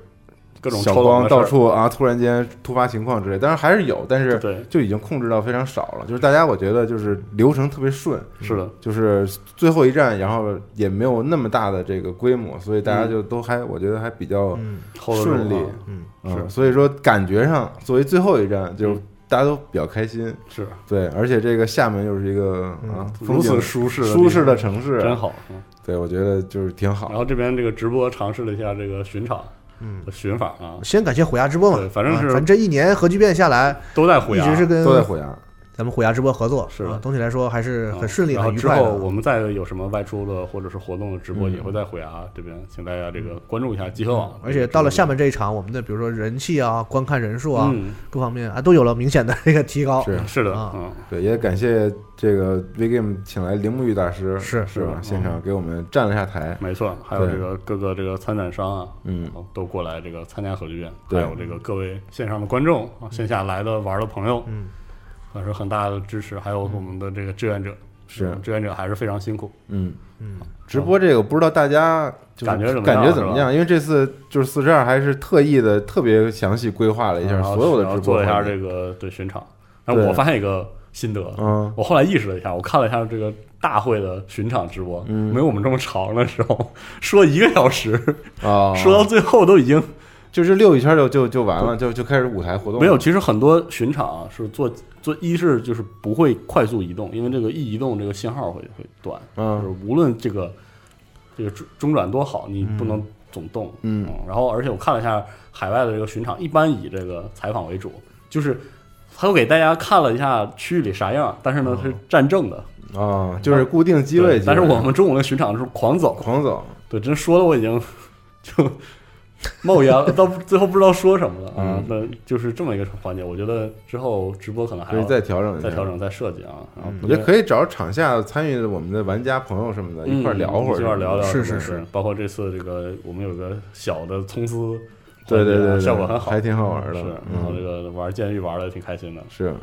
S1: 各种
S4: 小
S1: 抽冷
S4: 光
S1: 的事儿
S4: 到处啊，突然间突发情况之类，当然还是有，但是
S1: 对，
S4: 就已经控制到非常少了。就是大家我觉得就是流程特别顺，
S1: 是的，
S4: 就是最后一站，然后也没有那么大的这个规模，所以大家就都还、我觉得还比较
S3: 嗯
S1: hold 得住
S4: 顺利
S1: 啊
S3: 嗯，
S4: 嗯
S1: 是
S4: 所以说感觉上作为最后一站，就
S1: 嗯
S4: 大家都比较开心，
S1: 是
S4: 对，而且这个厦门又是一个、啊
S1: 嗯如
S4: 风景
S1: 此舒适地
S4: 舒适的
S1: 方
S4: 城市，
S1: 真好。嗯
S4: 对我觉得就是挺好
S1: 然，后这边这个直播尝试了一下这个巡场，
S3: 嗯，
S1: 巡法啊，
S3: 先感谢虎牙直播嘛
S1: 对，反正是
S3: 啊反正这一年核聚变下来，
S1: 都在虎
S3: 一
S1: 牙，
S3: 直是跟
S4: 都在虎牙，
S3: 咱们虎牙直播合作，
S1: 是的
S3: 啊，总体来说还是很顺利、
S1: 然后
S3: 很愉
S1: 之
S3: 快的。啊
S1: 后我们再有什么外出的或者是活动的直播，
S4: 嗯
S1: 也会在虎牙这边，请大家这个关注一下集合网。
S3: 嗯而且到了厦门这一场，我们的比如说人气啊、观看人数啊、
S1: 嗯，
S3: 各方面啊都有了明显的这个提高。
S4: 是
S1: 是的，
S3: 啊
S1: 嗯，
S4: 对，也感谢这个 VGame 请来铃木玉大师，
S3: 是
S4: 是吧
S1: 嗯？
S4: 现场给我们站了下台，
S1: 没错，还有
S4: 对
S1: 这个各个这个参展商啊，
S4: 嗯，
S1: 都过来这个参加核聚变，还
S4: 对
S1: 有这个各位线上的观众啊，线下来的玩的朋友，
S3: 嗯，
S1: 还是很大的支持，还有我们的这个志愿者，
S4: 是
S1: 嗯，志愿者还是非常辛苦，
S4: 嗯。
S3: 嗯，
S4: 直播这个不知道大家就是
S1: 感觉怎么样
S4: 感觉怎么样？因为这次就是四十二还是特意的特别详细规划了一下
S1: 然后
S4: 所有的
S1: 啊然后
S4: 直
S1: 做
S4: 播
S1: 了一下
S4: 环
S1: 这
S4: 节，
S1: 个对巡场，然后我
S4: 对
S1: 发现一个心得，啊
S4: 嗯，
S1: 我后来意识了一下，我看了一下这个大会的巡场直播，
S4: 嗯
S1: 没有我们这么长的时候，说一个小时，
S4: 啊，
S1: 说到最后都已经
S4: 就是溜一圈就就就完了，就就开始舞台活动了，
S1: 没有。其实很多巡场啊是做做一是就是不会快速移动，因为这个一移动这个信号会会断，就是
S4: 嗯
S1: 无论这个这个中中转多好，你不能总动。
S4: 嗯
S1: 然后而且我看了一下海外的这个巡场，一般以这个采访为主，就是他会给大家看了一下区域里啥样，但
S4: 哦
S1: 是呢是站正的，
S4: 啊，就是固定机位
S1: 对
S4: 基
S1: 但
S4: 本
S1: 是
S4: 上，
S1: 我们中午那巡场是狂走，
S4: 狂走，
S1: 对，真说的我已经 就冒烟了，到 最后不知道说什么了啊
S4: 嗯。
S1: 那就是这么一个环节，我觉得之后直播可能还
S4: 可以
S1: 要
S4: 再调整一下，
S1: 哎再
S4: 嗯
S1: 调。整、再设计啊。然后
S4: 我觉得可以找场下参与的我们的玩家朋友什么的一块儿聊会儿，
S1: 嗯一块儿聊聊，
S3: 是是
S1: 是，包括这次这个我们有个小的葱丝环节啊，
S4: 对对对，对
S1: 效果很好，
S4: 还挺好玩的，
S1: 是。然后这
S4: 嗯，
S1: 个玩监狱玩的挺开心的，
S4: 是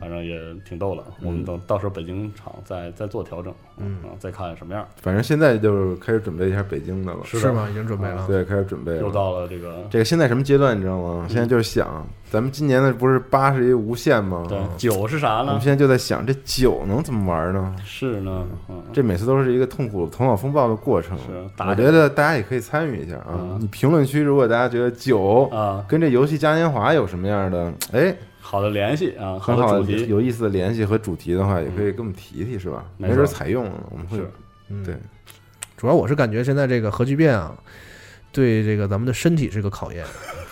S1: 反正也挺逗的。
S4: 嗯
S1: 我们等到时候北京场再再做调整，嗯，啊再看什么样。
S4: 反正现在就是开始准备一下北京的了，
S3: 是吗？已经准备
S1: 啊
S3: 了。啊
S4: 对，开始准备了，
S1: 又到了这个
S4: 这个现在什么阶段你知道
S1: 嗯
S4: 吗？现在就是想，咱们今年的不是八十一无限吗？
S1: 对酒是啥
S4: 我们
S1: 呢？
S4: 现在就在想这酒能怎么玩呢？
S1: 是呢，嗯，
S4: 这每次都是一个痛苦头脑风暴的过程。
S1: 是打
S4: 我
S1: 起
S4: 觉得大家也可以参与一下啊
S1: 嗯！
S4: 你评论区如果大家觉得酒
S1: 啊，
S4: 跟这游戏嘉年华有什么样的哎
S1: 好的联系啊，
S4: 很
S1: 的主
S4: 好的
S1: 题嗯
S4: 有意思的联系和主题的话，也可以给我们提提，是吧？
S1: 没
S4: 没
S1: 错
S4: 准采用了，我们会
S1: 是
S4: 对
S3: 嗯主要我是感觉现在这个核聚变啊，对这个咱们的身体是个考验。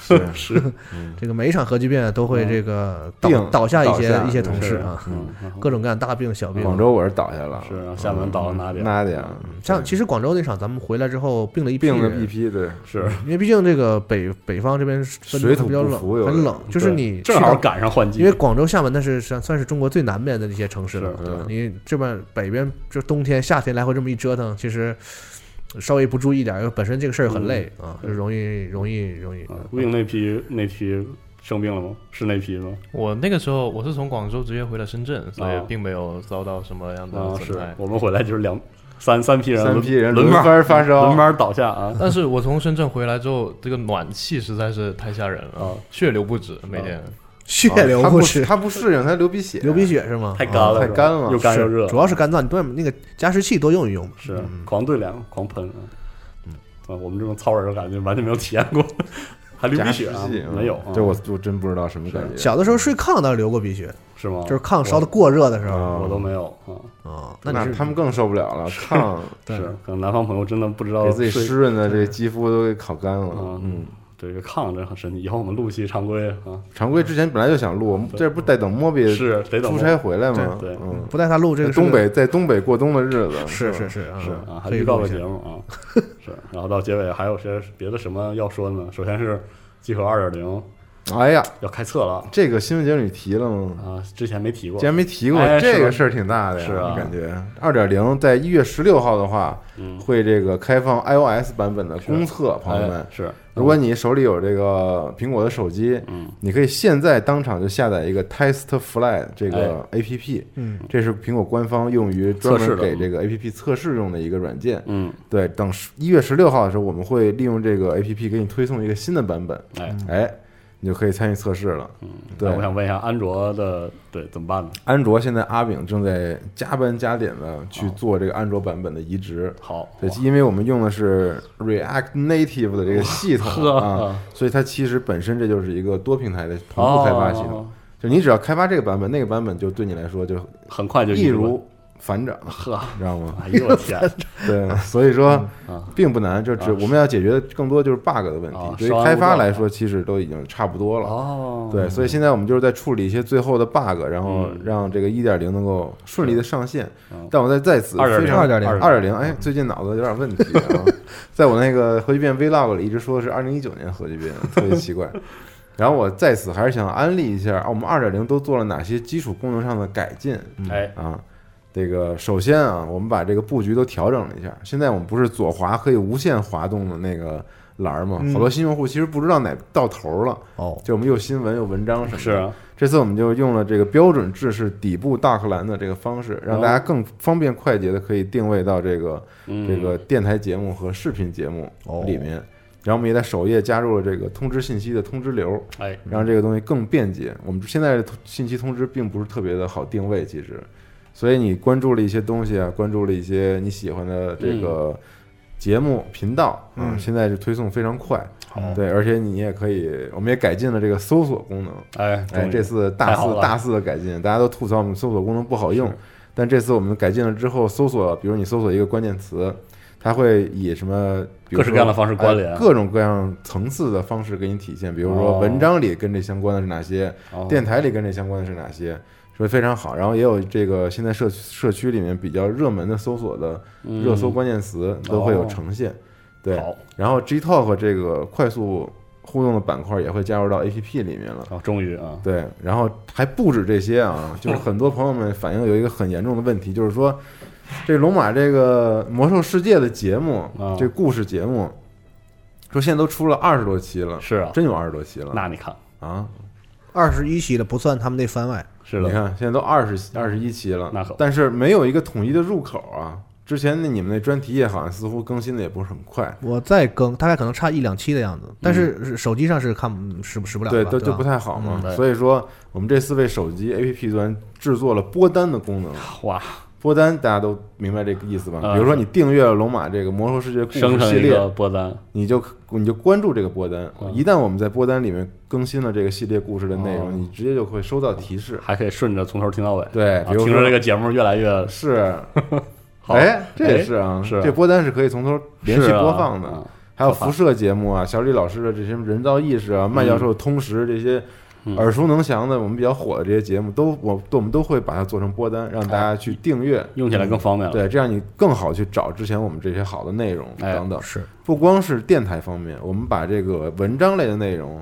S4: 是
S1: 是，嗯
S3: 这个每一场核聚变啊都会这个倒、
S4: 病
S3: 倒下一
S4: 倒
S3: 些
S4: 下
S3: 一些同
S1: 是
S3: 事啊，
S1: 嗯，嗯
S3: 各种各样大病小病。
S4: 广州我是倒下了，
S1: 是嗯啊厦门倒了哪点
S4: 哪点？
S3: 像其实广州那场咱们回来之后病了一批
S4: 病了
S3: 人
S4: 一批，对，
S1: 是
S3: 因为毕竟这个北北方这边分
S4: 水土
S3: 比较
S4: 不
S3: 冷
S4: 服有，
S3: 很
S4: 点
S3: 冷，就是
S1: 对
S3: 你去
S1: 正好
S3: 到
S1: 赶上换季，
S3: 因为广州、厦门那是算算是中国最南边的一些城市了
S1: 是。
S4: 嗯
S3: 你这边北边就冬天、夏天来回这么一折腾，其实稍微不注意一点，因为本身这个事儿很累啊，就容易容易容易。
S1: 啊，病那批那批生病了吗？是那批吗？
S2: 我那个时候我是从广州直接回了深圳，所以
S1: 哦
S2: 并没有遭到什么样
S1: 啊
S2: 的，
S1: 是
S2: 损害。
S1: 我们回来就是两三三批人，
S4: 三批人
S1: 轮
S4: 轮
S1: 番
S4: 番发烧
S1: 轮番倒下 啊
S2: 但是我从深圳回来之后，这个暖气实在是太吓人了
S1: 啊，
S2: 血流不止，每天。
S3: 血 流
S4: 啊他
S3: 不止，
S4: 他不适应，他流鼻血，
S3: 流鼻血是吗？
S1: 太干了，
S4: 太
S1: 是吧
S4: 干了
S1: 又干又热，
S3: 主要是干燥，你多那个加湿器多用一用吧。
S1: 是啊狂对凉、狂喷啊。啊，我们这种糙人儿感觉完全没有体验过还流
S4: 夹
S1: 鼻
S4: 实
S1: 血啊
S4: 际嗯？
S1: 没有啊，
S4: 这我我真不知道什么感觉。
S3: 小的时候睡炕倒是流过鼻血，
S1: 是吗？
S3: 就是炕烧的过热的时候
S4: 啊
S1: 我都没有啊，
S3: 啊。那
S4: 那
S3: 你是
S4: 他们更受不了 了，炕
S1: 是可能南方朋友真的不知道
S4: 给自己
S1: 睡
S4: 湿润的这肌肤都给烤干了
S1: 啊。，嗯，对，这炕真很神奇。以后我们录一期常规啊，
S4: 常规之前本来就想录，这不得等莫比
S1: 是得等
S4: 出差回来吗？
S1: 对对
S4: 嗯，
S3: 不带他录这个
S4: 在东
S3: 是个
S4: 北在东北过冬的日子
S3: 是是
S4: 吧
S3: 是啊
S4: 是
S1: 啊，还
S3: 可以
S1: 预告
S3: 录
S1: 个
S3: 一下
S1: 节目啊， 是。然后到结尾还有些别的什么要说的呢？首先是集合二点零
S4: 哎呀，
S1: 要开测了
S4: 这个新闻节目里提了吗？
S1: 啊，之前没提过
S4: 既，然没提过
S1: 哎，
S4: 这
S1: 是吧
S4: 个事儿挺大的呀，
S1: 是啊
S4: 感觉二点零在一月十六号的话，
S1: 嗯
S4: 会这个开放 iOS 版本的公测，朋友们
S1: 哎。是，
S4: 如果你手里有这个苹果的手机，
S1: 嗯
S4: 你可以现在当场就下载一个 TestFly 这个 APP，
S3: 嗯，
S4: 这是苹果官方用于专
S1: 哎测试
S4: 门
S1: 的
S4: 给这个 APP 测试用的一个软件。
S1: 嗯，
S4: 对，等一月十六号的时候，我们会利用这个 APP 给你推送一个新的版本，
S1: 哎，
S4: 哎，你就可以参与测试了。嗯，对
S1: 那，我想问一下安卓的对怎么办呢？
S4: 安卓现在阿炳正在加班加点的去做这个安卓版本的移植。
S1: 好，
S4: 对，因为我们用的是 React Native 的这个系统
S1: 呵
S4: 啊，所以它其实本身这就是一个多平台的同步开发系统。
S1: 哦，
S4: 就你只要开发这个版本，那个版本就对你来说就
S1: 很快就
S4: 易
S1: 移植了
S4: 如反掌，
S1: 呵，
S4: 你知道吗？
S1: 哎呦我 天，
S4: 对，所以说
S1: 啊
S4: 并不难，就只
S1: 啊
S4: 我们要解决的更多就是 bug 的问
S1: 啊
S4: 题。对
S1: 稍
S4: 于
S1: 安
S4: 开
S1: 勿
S4: 发
S1: 躁
S4: 来说，其实都已经差不多了。
S1: 哦，
S4: 对，所以现在我们就是在处理一些最后的 bug，然后让这个一点零能够顺利的上线
S1: 嗯。
S4: 但我在在此
S1: 2.0
S4: 非常
S1: 2.0
S4: 二点零，哎，最近脑子有点问题 啊，在我那个核聚变 vlog 里一直说的是二零一九年核聚 变，特别奇怪。然后我在此还是想安利一下，啊我们二点零都做了哪些基础功能上的改进
S1: 哎，
S4: 啊？这个首先啊，我们把这个布局都调整了一下。现在我们不是左滑可以无限滑动的那个栏儿吗？好多新用户其实不知道哪到头了，
S3: 哦，
S4: 就我们又新闻又文章什么的。
S1: 是啊，
S4: 这次我们就用了这个标准制式底部大克栏的这个方式，让大家更方便快捷的可以定位到这个、
S1: 嗯
S4: 这个电台节目和视频节目
S3: 哦
S4: 里面。然后我们也在首页加入了这个通知信息的通知流，
S1: 哎，
S4: 让这个东西更便捷。我们现在的通信息通知并不是特别的好定位，其实，所以你关注了一些东西啊，关注了一些你喜欢的这个节目频道啊，
S3: 嗯
S4: 现在就推送非常快，
S1: 好，
S4: 对，而且你也可以，我们也改进了这个搜索功能，
S1: 哎，
S4: 哎，
S1: 终于
S4: 这次大
S1: 太好
S4: 肆
S1: 了
S4: 大肆的改进，大家都吐槽我们搜索功能不好用
S1: 是，
S4: 但这次我们改进了之后，搜索，比如你搜索一个关键词，它会以什么比如
S1: 各式各样的方式
S4: 说哎
S1: 关联
S4: 各种各样层次的方式给你体现，比如说
S1: 哦
S4: 文章里跟这相关的是哪些，
S1: 哦
S4: 电台里跟这相关的是哪些，所以非常好。然后也有这个现在社区社区里面比较热门的搜索的
S1: 嗯哦
S4: 热搜关键词都会有呈现，对。
S1: 好，
S4: 然后 G Talk 这个快速互动的板块也会加入到 A P P 里面了。
S1: 好，终于啊，
S4: 对，然后还不止这些啊，就是很多朋友们反映有一个很严重的问题，就是说这龙马这个魔兽世界的节目
S1: 啊，
S4: 这故事节目，说现在都出了二十多期了，
S1: 是啊，
S4: 真有二十多期了
S1: 那你看，
S4: 啊！
S3: 二十一期的不算他们那番外，
S1: 是
S4: 你
S1: 的，
S4: 看现在都二十二十一期了，
S1: 那可不
S4: 但是没有一个统一的入口啊。之前那你们那专题也好像似乎更新的也不是很快，
S3: 我再更大概可能差一两期的样子，但是是手机上是看嗯使不使不了的
S4: 对，
S3: 吧，
S4: 都
S3: 对
S4: 就
S3: 吧
S4: 不太好嘛
S1: 嗯。对
S4: 所以说，我们这次为手机 APP 端制作了播单的功能，
S1: 哇，
S4: 播单大家都明白这个意思吧？
S1: 嗯
S4: 比如说你订阅了龙马这个《魔兽世界》故
S1: 生
S4: 事
S1: 成
S4: 系
S1: 一个
S4: 列，
S1: 波单，
S4: 你就你就关注这个播单。
S1: 嗯
S4: 一旦我们在播单里面更新了这个系列故事的内
S1: 哦
S4: 容，你直接就会收到提示。
S1: 还可以顺着从头听到尾，
S4: 对，
S1: 啊
S4: 比如
S1: 听着这
S4: 说
S1: 个节目越来越
S4: 是，
S1: 好，
S4: 哎，这也是啊，
S1: 是啊
S4: 这播单是可以从头连续
S1: 是啊
S4: 播放的
S1: 嗯。
S4: 还有
S1: 可怕
S4: 辐射节目啊，小李老师的这些人造意识啊，麦教授通识这些耳熟能详的，我们比较火的这些节目，都我我们都会把它做成播单，让大家去订阅。
S1: 用起来更方便了，
S4: 对，这样你更好去找之前我们这些好的内容
S1: 哎
S4: 等等。
S3: 是
S4: 不光是电台方面，我们把这个文章类的内容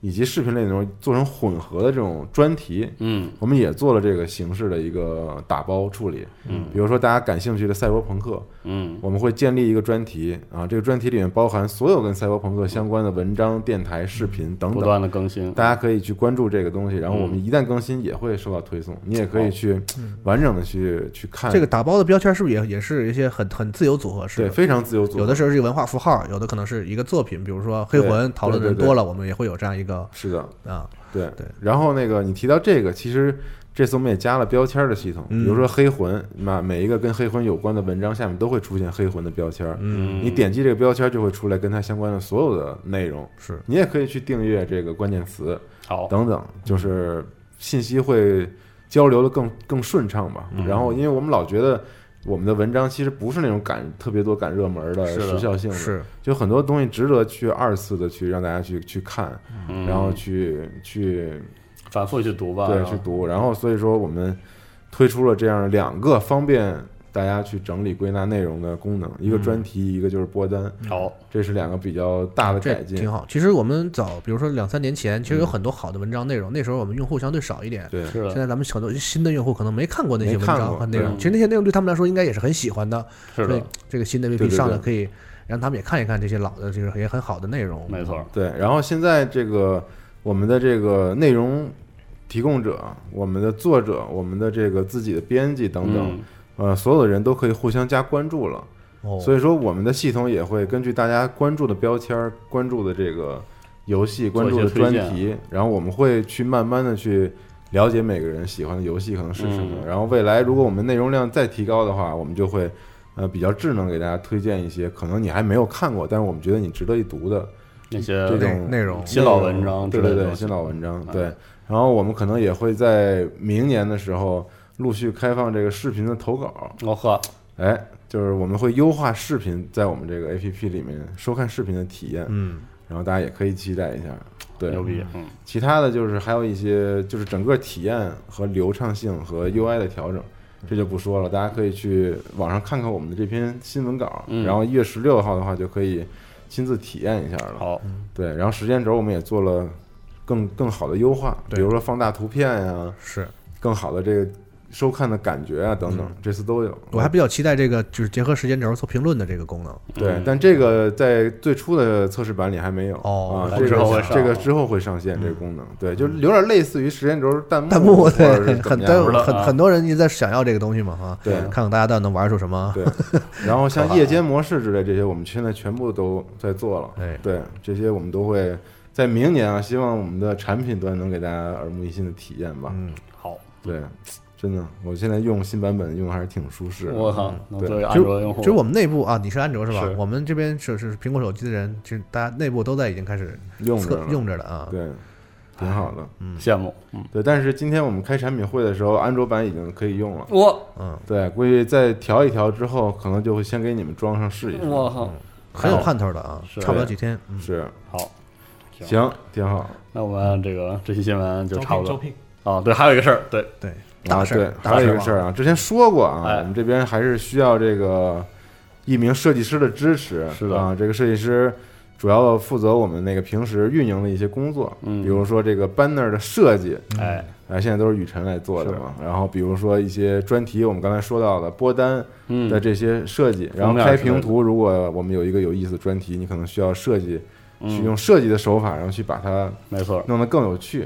S4: 以及视频类内容做成混合的这种专题，
S1: 嗯，
S4: 我们也做了这个形式的一个打包处理。嗯，比如说大家感兴趣的赛博朋克，
S1: 嗯
S4: 我们会建立一个专题啊，这个专题里面包含所有跟赛博朋克相关的文章、电台、视频等
S1: 不
S4: 等。
S1: 断的更新，
S4: 嗯大家可以去关注这个东西，然后我
S3: 嗯
S4: 们一旦更新也会收到推送，你也可以去完整的去去看
S3: 这个打包的标签是不是也也是一些很很自由组合式
S4: 哎对，
S3: 的？
S4: 非常自由组合
S3: 有的时候是一个文化符号，有的可能是一个作品，比如说《黑魂》
S4: 对
S3: 讨论的人
S4: 对对对
S3: 多了，我们也会有这样一个
S4: 是的，
S3: 啊，
S4: 对
S3: 对。
S4: 然后那个你提到这个，其实这次我们也加了标签儿的系统，
S3: 嗯
S4: 比如说黑魂，那每一个跟黑魂有关的文章下面都会出现黑魂的标签儿。
S1: 嗯
S4: 你点击这个标签儿就会出来跟它相关的所有的内容。
S3: 是
S4: 你也可以去订阅这个关键词
S1: 好，
S4: 等等，就是信息会交流的更更顺畅吧。然后，因为我们老觉得。我们的文章其实不是那种赶特别多赶热门儿的
S1: 是的
S4: 时效性的，
S3: 是
S4: 就很多东西值得去二次的去让大家去去看，
S1: 嗯啊
S4: 然后去去
S1: 反复去读吧，
S4: 对
S1: 然后
S4: 去读，然后所以说我们推出了这样两个方便大家去整理归纳内容的功能，一个专题，一个就是播单，
S1: 好，
S4: 这是两个比较大的
S3: 这
S4: 改进嗯
S3: 挺。好。其实我们早，比如说两三年前，其实有很多好的文章内容，那时候我们用户相对少一点。
S4: 对，
S1: 是
S3: 现
S1: 的，
S3: 在咱们很多新的用户可能没看过那些
S4: 没
S3: 文
S4: 看
S3: 章
S4: 过
S3: 和内容，
S1: 对
S3: 其实那些内容对他们来说应该也是很喜欢的。
S1: 是
S3: 所以
S1: 的，
S3: 这个新的
S4: 对
S3: APP
S4: 对
S3: 上
S4: 对
S3: 了，可以让他们也看一看这些老的，就是也很好的内容。
S1: 没错，
S4: 对，然后现在这个我们的这个内容提供者、我们的作者、我们的这个自己的编辑等等，
S1: 嗯，
S4: 呃，所有的人都可以互相加关注了。
S3: 哦，
S4: 所以说，我们的系统也会根据大家关注的标签儿、关注的这个游戏、
S1: 做
S4: 关
S1: 一
S4: 注
S1: 些
S4: 的专
S1: 推
S4: 题，然后我们会去慢慢的去了解每个人喜欢的游戏可能是什么。
S1: 嗯
S4: 然后未来如果我们内容量再提高的话，我们就会呃比较智能给大家推荐一些可能你还没有看过，但是我们觉得你值得一读的
S1: 那些
S4: 这
S3: 内
S4: 种
S3: 内容
S1: 新老文章之
S4: 对
S1: 类
S4: 对
S1: 的
S4: 对，
S1: 东西
S4: 新老文章
S1: 嗯
S4: 对。然后我们可能也会在明年的时候陆续开放这个视频的投稿。
S1: 我哦呵，
S4: 哎，就是我们会优化视频在我们这个 APP 里面收看视频的体验，
S3: 嗯，
S4: 然后大家也可以期待一下。对
S1: 牛，逼，嗯，
S4: 其他的就是还有一些就是整个体验和流畅性和 UI 的调整，这就不说了，大家可以去网上看看我们的这篇新闻稿，
S1: 嗯
S4: 然后一月十六号的话就可以亲自体验一下了。
S1: 好，
S4: 对，然后时间轴我们也做了更更好的优化，比
S3: 对
S4: 如说放大图片呀、
S3: 是
S4: 更好的这个收看的感觉啊等等，这次都有。
S3: 嗯我还比较期待这个，就是结合时间轴做评论的这个 功能。
S4: 对
S1: 嗯，
S4: 但这个在最初的测试版里还没有
S3: 哦
S4: 啊，
S1: 那
S4: 这
S1: 之后会
S4: 个
S1: 上
S4: 这个之后会上线这个功能，对，就有点类似于时间轴弹幕
S3: 嗯弹幕
S4: 或者
S3: 对
S4: 是，怎
S3: 很
S4: 么
S3: 多
S4: 样
S1: 了
S3: 人
S1: 啊
S3: 很很多人也在想要这个东西嘛哈，
S4: 对
S3: 看看大家到底能玩出什么。
S4: 对，然 后像夜间模式之类这些，我们现在全部都在做了，
S3: 哎
S4: 对，这些我们都会在明年啊，希望我们的产品端能给大家耳目一新的体验吧，
S3: 嗯，
S1: 好，
S4: 对，真的，我现在用新版本用还是挺舒适的，
S1: 我靠，能
S4: 对
S1: 作为安卓用户，
S3: 其实我们内部啊，你是安卓是吧
S1: 是？
S3: 我们这边是是苹果手机的人，其实大家内部都在已经开始
S4: 用着
S3: 测
S4: 了
S3: 用着了啊。
S4: 对，挺好的，
S1: 羡慕，嗯，
S4: 对，但是今天我们开产品会的时候，安卓版已经可以用了。
S1: 我
S3: 嗯，
S4: 对，估计再调一调之后，可能就会先给你们装上试一试。
S1: 我靠，
S3: 很有
S1: 好
S3: 盼头的啊，
S1: 是
S3: 差不了几天。嗯，
S4: 是，
S1: 好，行
S4: 行，挺好。
S1: 那我们这个这期新闻嗯就
S2: 招
S1: 差不
S2: 聘招
S1: 多
S2: 聘，
S1: 啊，对，还有一个事儿，对，
S3: 对，
S4: 啊
S3: 大事
S4: 对
S3: 儿，，大
S4: 还有一个
S3: 嘛
S4: 事儿啊，之前说过啊，
S1: 哎
S4: 我们这边还是需要这个一名设计师的支持。
S1: 是的
S4: 啊，这个设计师主要负责我们那个平时运营的一些工作，
S1: 嗯
S4: 比如说这个 banner 的设计，
S1: 哎，
S4: 啊，现在都是雨辰来做的嘛。然后比如说一些专题，我们刚才说到的播单
S1: 嗯
S4: 的这些设计，然
S1: 封
S4: 后
S1: 面
S4: 开
S1: 之类
S4: 屏
S1: 的
S4: 图，如果我们有一个有意思的专题，你可能需要设计，去
S1: 嗯
S4: 用设计的手法，然后去把它
S1: 没错，
S4: 弄得更有趣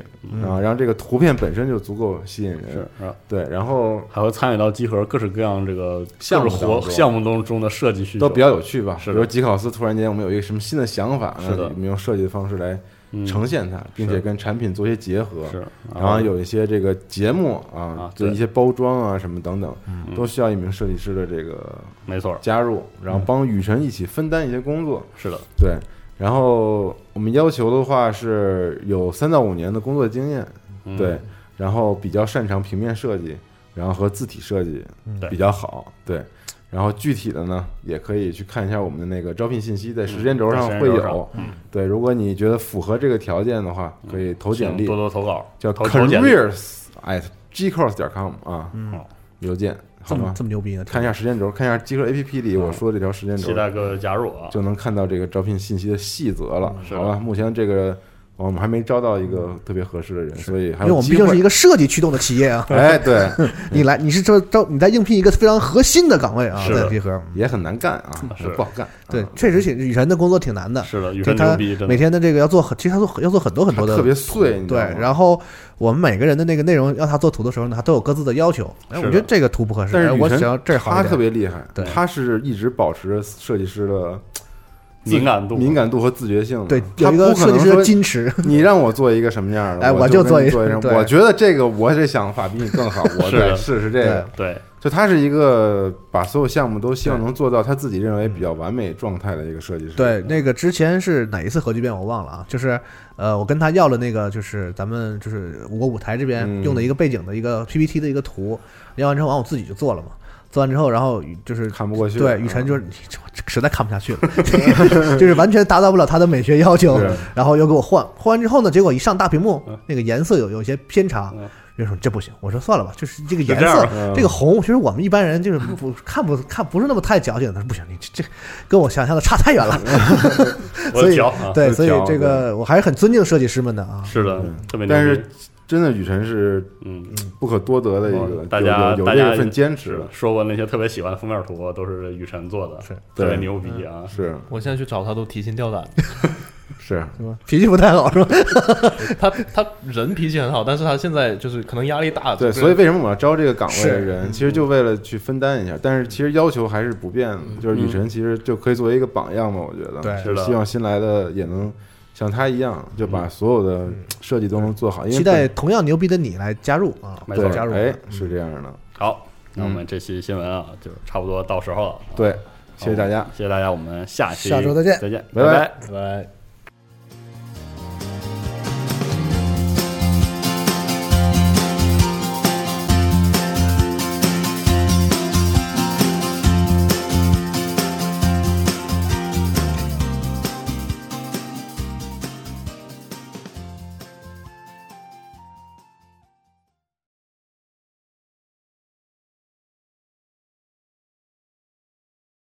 S4: 啊，让这个图片本身就足够吸引人
S1: 嗯是。，啊
S4: 对，然后
S1: 还会参与到集合各式各样这个
S4: 项
S1: 各
S4: 目
S1: 种活
S4: 当中
S1: 项目中中的设计需求，
S4: 都比较有趣吧？
S1: 是
S4: 比
S1: 的
S4: 如吉考斯突然间我们有一个什么新的想法，
S1: 是的
S4: 那我们用设计的方式来
S1: 嗯
S4: 呈现它，并且跟产品做一些结合。
S1: 是，
S4: 然后有一些这个节目啊
S1: 啊，
S4: 就
S1: 对嗯
S4: 一些包装啊什么等等，都需要一名设计师的这个
S1: 没错，
S4: 加入，
S1: 嗯
S4: 然后帮雨辰一起分担一些工作。
S1: 是的，
S4: 对，然后我们要求的话是有三到五年的工作经验，
S1: 嗯
S4: 对，然后比较擅长平面设计，然后和字体设计
S1: 对
S4: 比较好，对。然后具体的呢，也可以去看一下我们的那个招聘信息，在时间轴上会
S1: 在时间轴上嗯
S4: 有。对，如果你觉得符合这个条件的话，可以投简
S1: 请
S4: 历
S1: 多，多投稿，
S4: 叫
S1: 投投简历嗯
S4: careers at gcourse 点 com 啊，
S1: 好
S4: 邮件
S3: 这
S4: 好
S3: 么
S4: 吗？
S3: 这么嗯牛逼呢？
S4: 看一下时间轴，看一下极客 APP 里我说的这条时间轴
S1: 期，待各位加入啊，
S4: 就能看到这个招聘信息的细则了。
S1: 嗯是的
S4: 好吧，目前这个哦我们还没招到一个特别合适的人，所以还
S3: 因为
S4: 有
S3: 我们
S4: 机
S3: 毕竟是一
S4: 会。，
S3: 个设计驱动的企业啊
S4: 哎，对，
S3: 你来你是招招你在应聘一个非常核心的岗位啊，
S1: 是的
S3: 在集合。嗯
S4: 也很难干啊，
S1: 是
S4: 不好干。
S3: 对，，确实挺雨辰的工作挺难的，
S1: 是的，雨
S3: 就
S1: 辰
S3: 他
S1: 牛逼，真
S3: 每
S1: 的，
S3: 天的这个要做很，其实他做要做很 多很
S4: 它
S3: 多的
S4: 特别碎，你知
S3: 对
S4: 道吗，
S3: 然后我们每个人的那个内容要他做图的时候呢，他都有各自的要求。哎，
S1: 是
S3: 我
S1: 的
S3: 觉得这个图不合适，
S4: 但
S3: 哎
S4: 是
S3: 我
S4: 雨
S3: 想要
S4: 辰
S3: 这好
S4: 他
S3: 一
S4: 特
S3: 点。
S4: 别厉害
S3: 对，
S4: 他是一直保持着设计师的
S1: 敏感度，
S4: 敏感度和自觉性的。
S3: 对，
S4: 他
S3: 有一个
S4: 不可
S3: 设计
S4: 能
S3: 师
S4: 说
S3: 的矜持，
S4: 你让我做一个什么样的，
S3: 哎
S4: 我
S3: 我就
S4: 跟你
S3: 做
S4: 做
S3: 一
S4: 一
S3: 对
S4: 我觉得这个我这想法比你 更好，我
S1: 是
S4: 再
S1: 的
S4: 试试这个。
S1: 对，
S4: 就他是一个把所有项目都希望能做到他自己认为比较完美状态的一个设计师。
S3: 对，那个之前是哪一次核聚变我忘了啊，就是呃，我跟他要了那个，就是咱们就是我舞台这边
S4: 嗯
S3: 用的一个背景的一个 PPT 的一个图，要完之后，完我自己就做了嘛。做完之后，然后就是
S4: 看不过去。嗯
S3: 对雨辰就是你这我实在看不下去了， 就是完全达到不了他的美学要求
S4: 是，
S3: 然后又给我换，换完之后呢，结果一上大屏幕
S1: 嗯，
S3: 那个颜色有有些偏差
S1: 嗯。
S3: 就说这不行，我说算了吧，就是这个
S1: 就
S3: 颜
S1: 这样
S3: 色
S1: 吧，
S4: 嗯
S3: 这个红，其实我们一般人就是不看不看不是那么太矫情。他说不行，你这这跟我想象的差太远了。
S1: 我
S3: 所以
S1: 调啊，
S3: 对，
S4: 就
S3: 所以
S4: 调
S3: 这个我还是很尊敬设计师们的啊。
S1: 是的
S4: 嗯，
S1: 特别牛逼。
S4: 但是真的雨辰是
S1: 嗯，
S4: 不可多得的一
S1: 哦
S4: 个，
S1: 大家
S4: 有有有
S1: 大
S4: 这
S1: 家
S4: 一份坚
S1: 是
S4: 持
S1: 的，，说过那些特别喜欢的封面图都是雨辰做的，
S3: 是
S1: 特别
S4: 对嗯
S1: 牛逼啊！
S4: 是
S2: 我现在去找他都提心吊胆。
S4: 是，
S3: 是吧？脾气不太好是吧？
S2: 他他人脾气很好，但是他现在就是可能压力大，
S4: 对，
S2: 就是
S4: 所以为什么我要招这个岗位的
S3: 是
S4: 人，
S1: 嗯
S4: 其实就为了去分担一下，但是其实要求还是不变的，
S3: 嗯
S4: 就是雨辰其实就可以作为一个榜样嘛，我觉得，
S3: 对
S4: 就是
S1: 的
S4: 希望新来的也能像他一样，就把所有的设计都能做好，因 为
S3: 期待同样牛逼的你来加入啊！
S1: 没
S4: 对
S1: 错
S3: 加入
S4: 哎
S3: 嗯，
S4: 是这样的，
S1: 好，那我们这期新闻啊，就差不多到时候了。，
S4: 对，谢谢大家。
S1: 谢谢大家，我们下期
S3: 下周再见
S1: 再见，
S4: 拜
S1: 拜
S4: 拜
S1: 拜。
S2: 拜拜。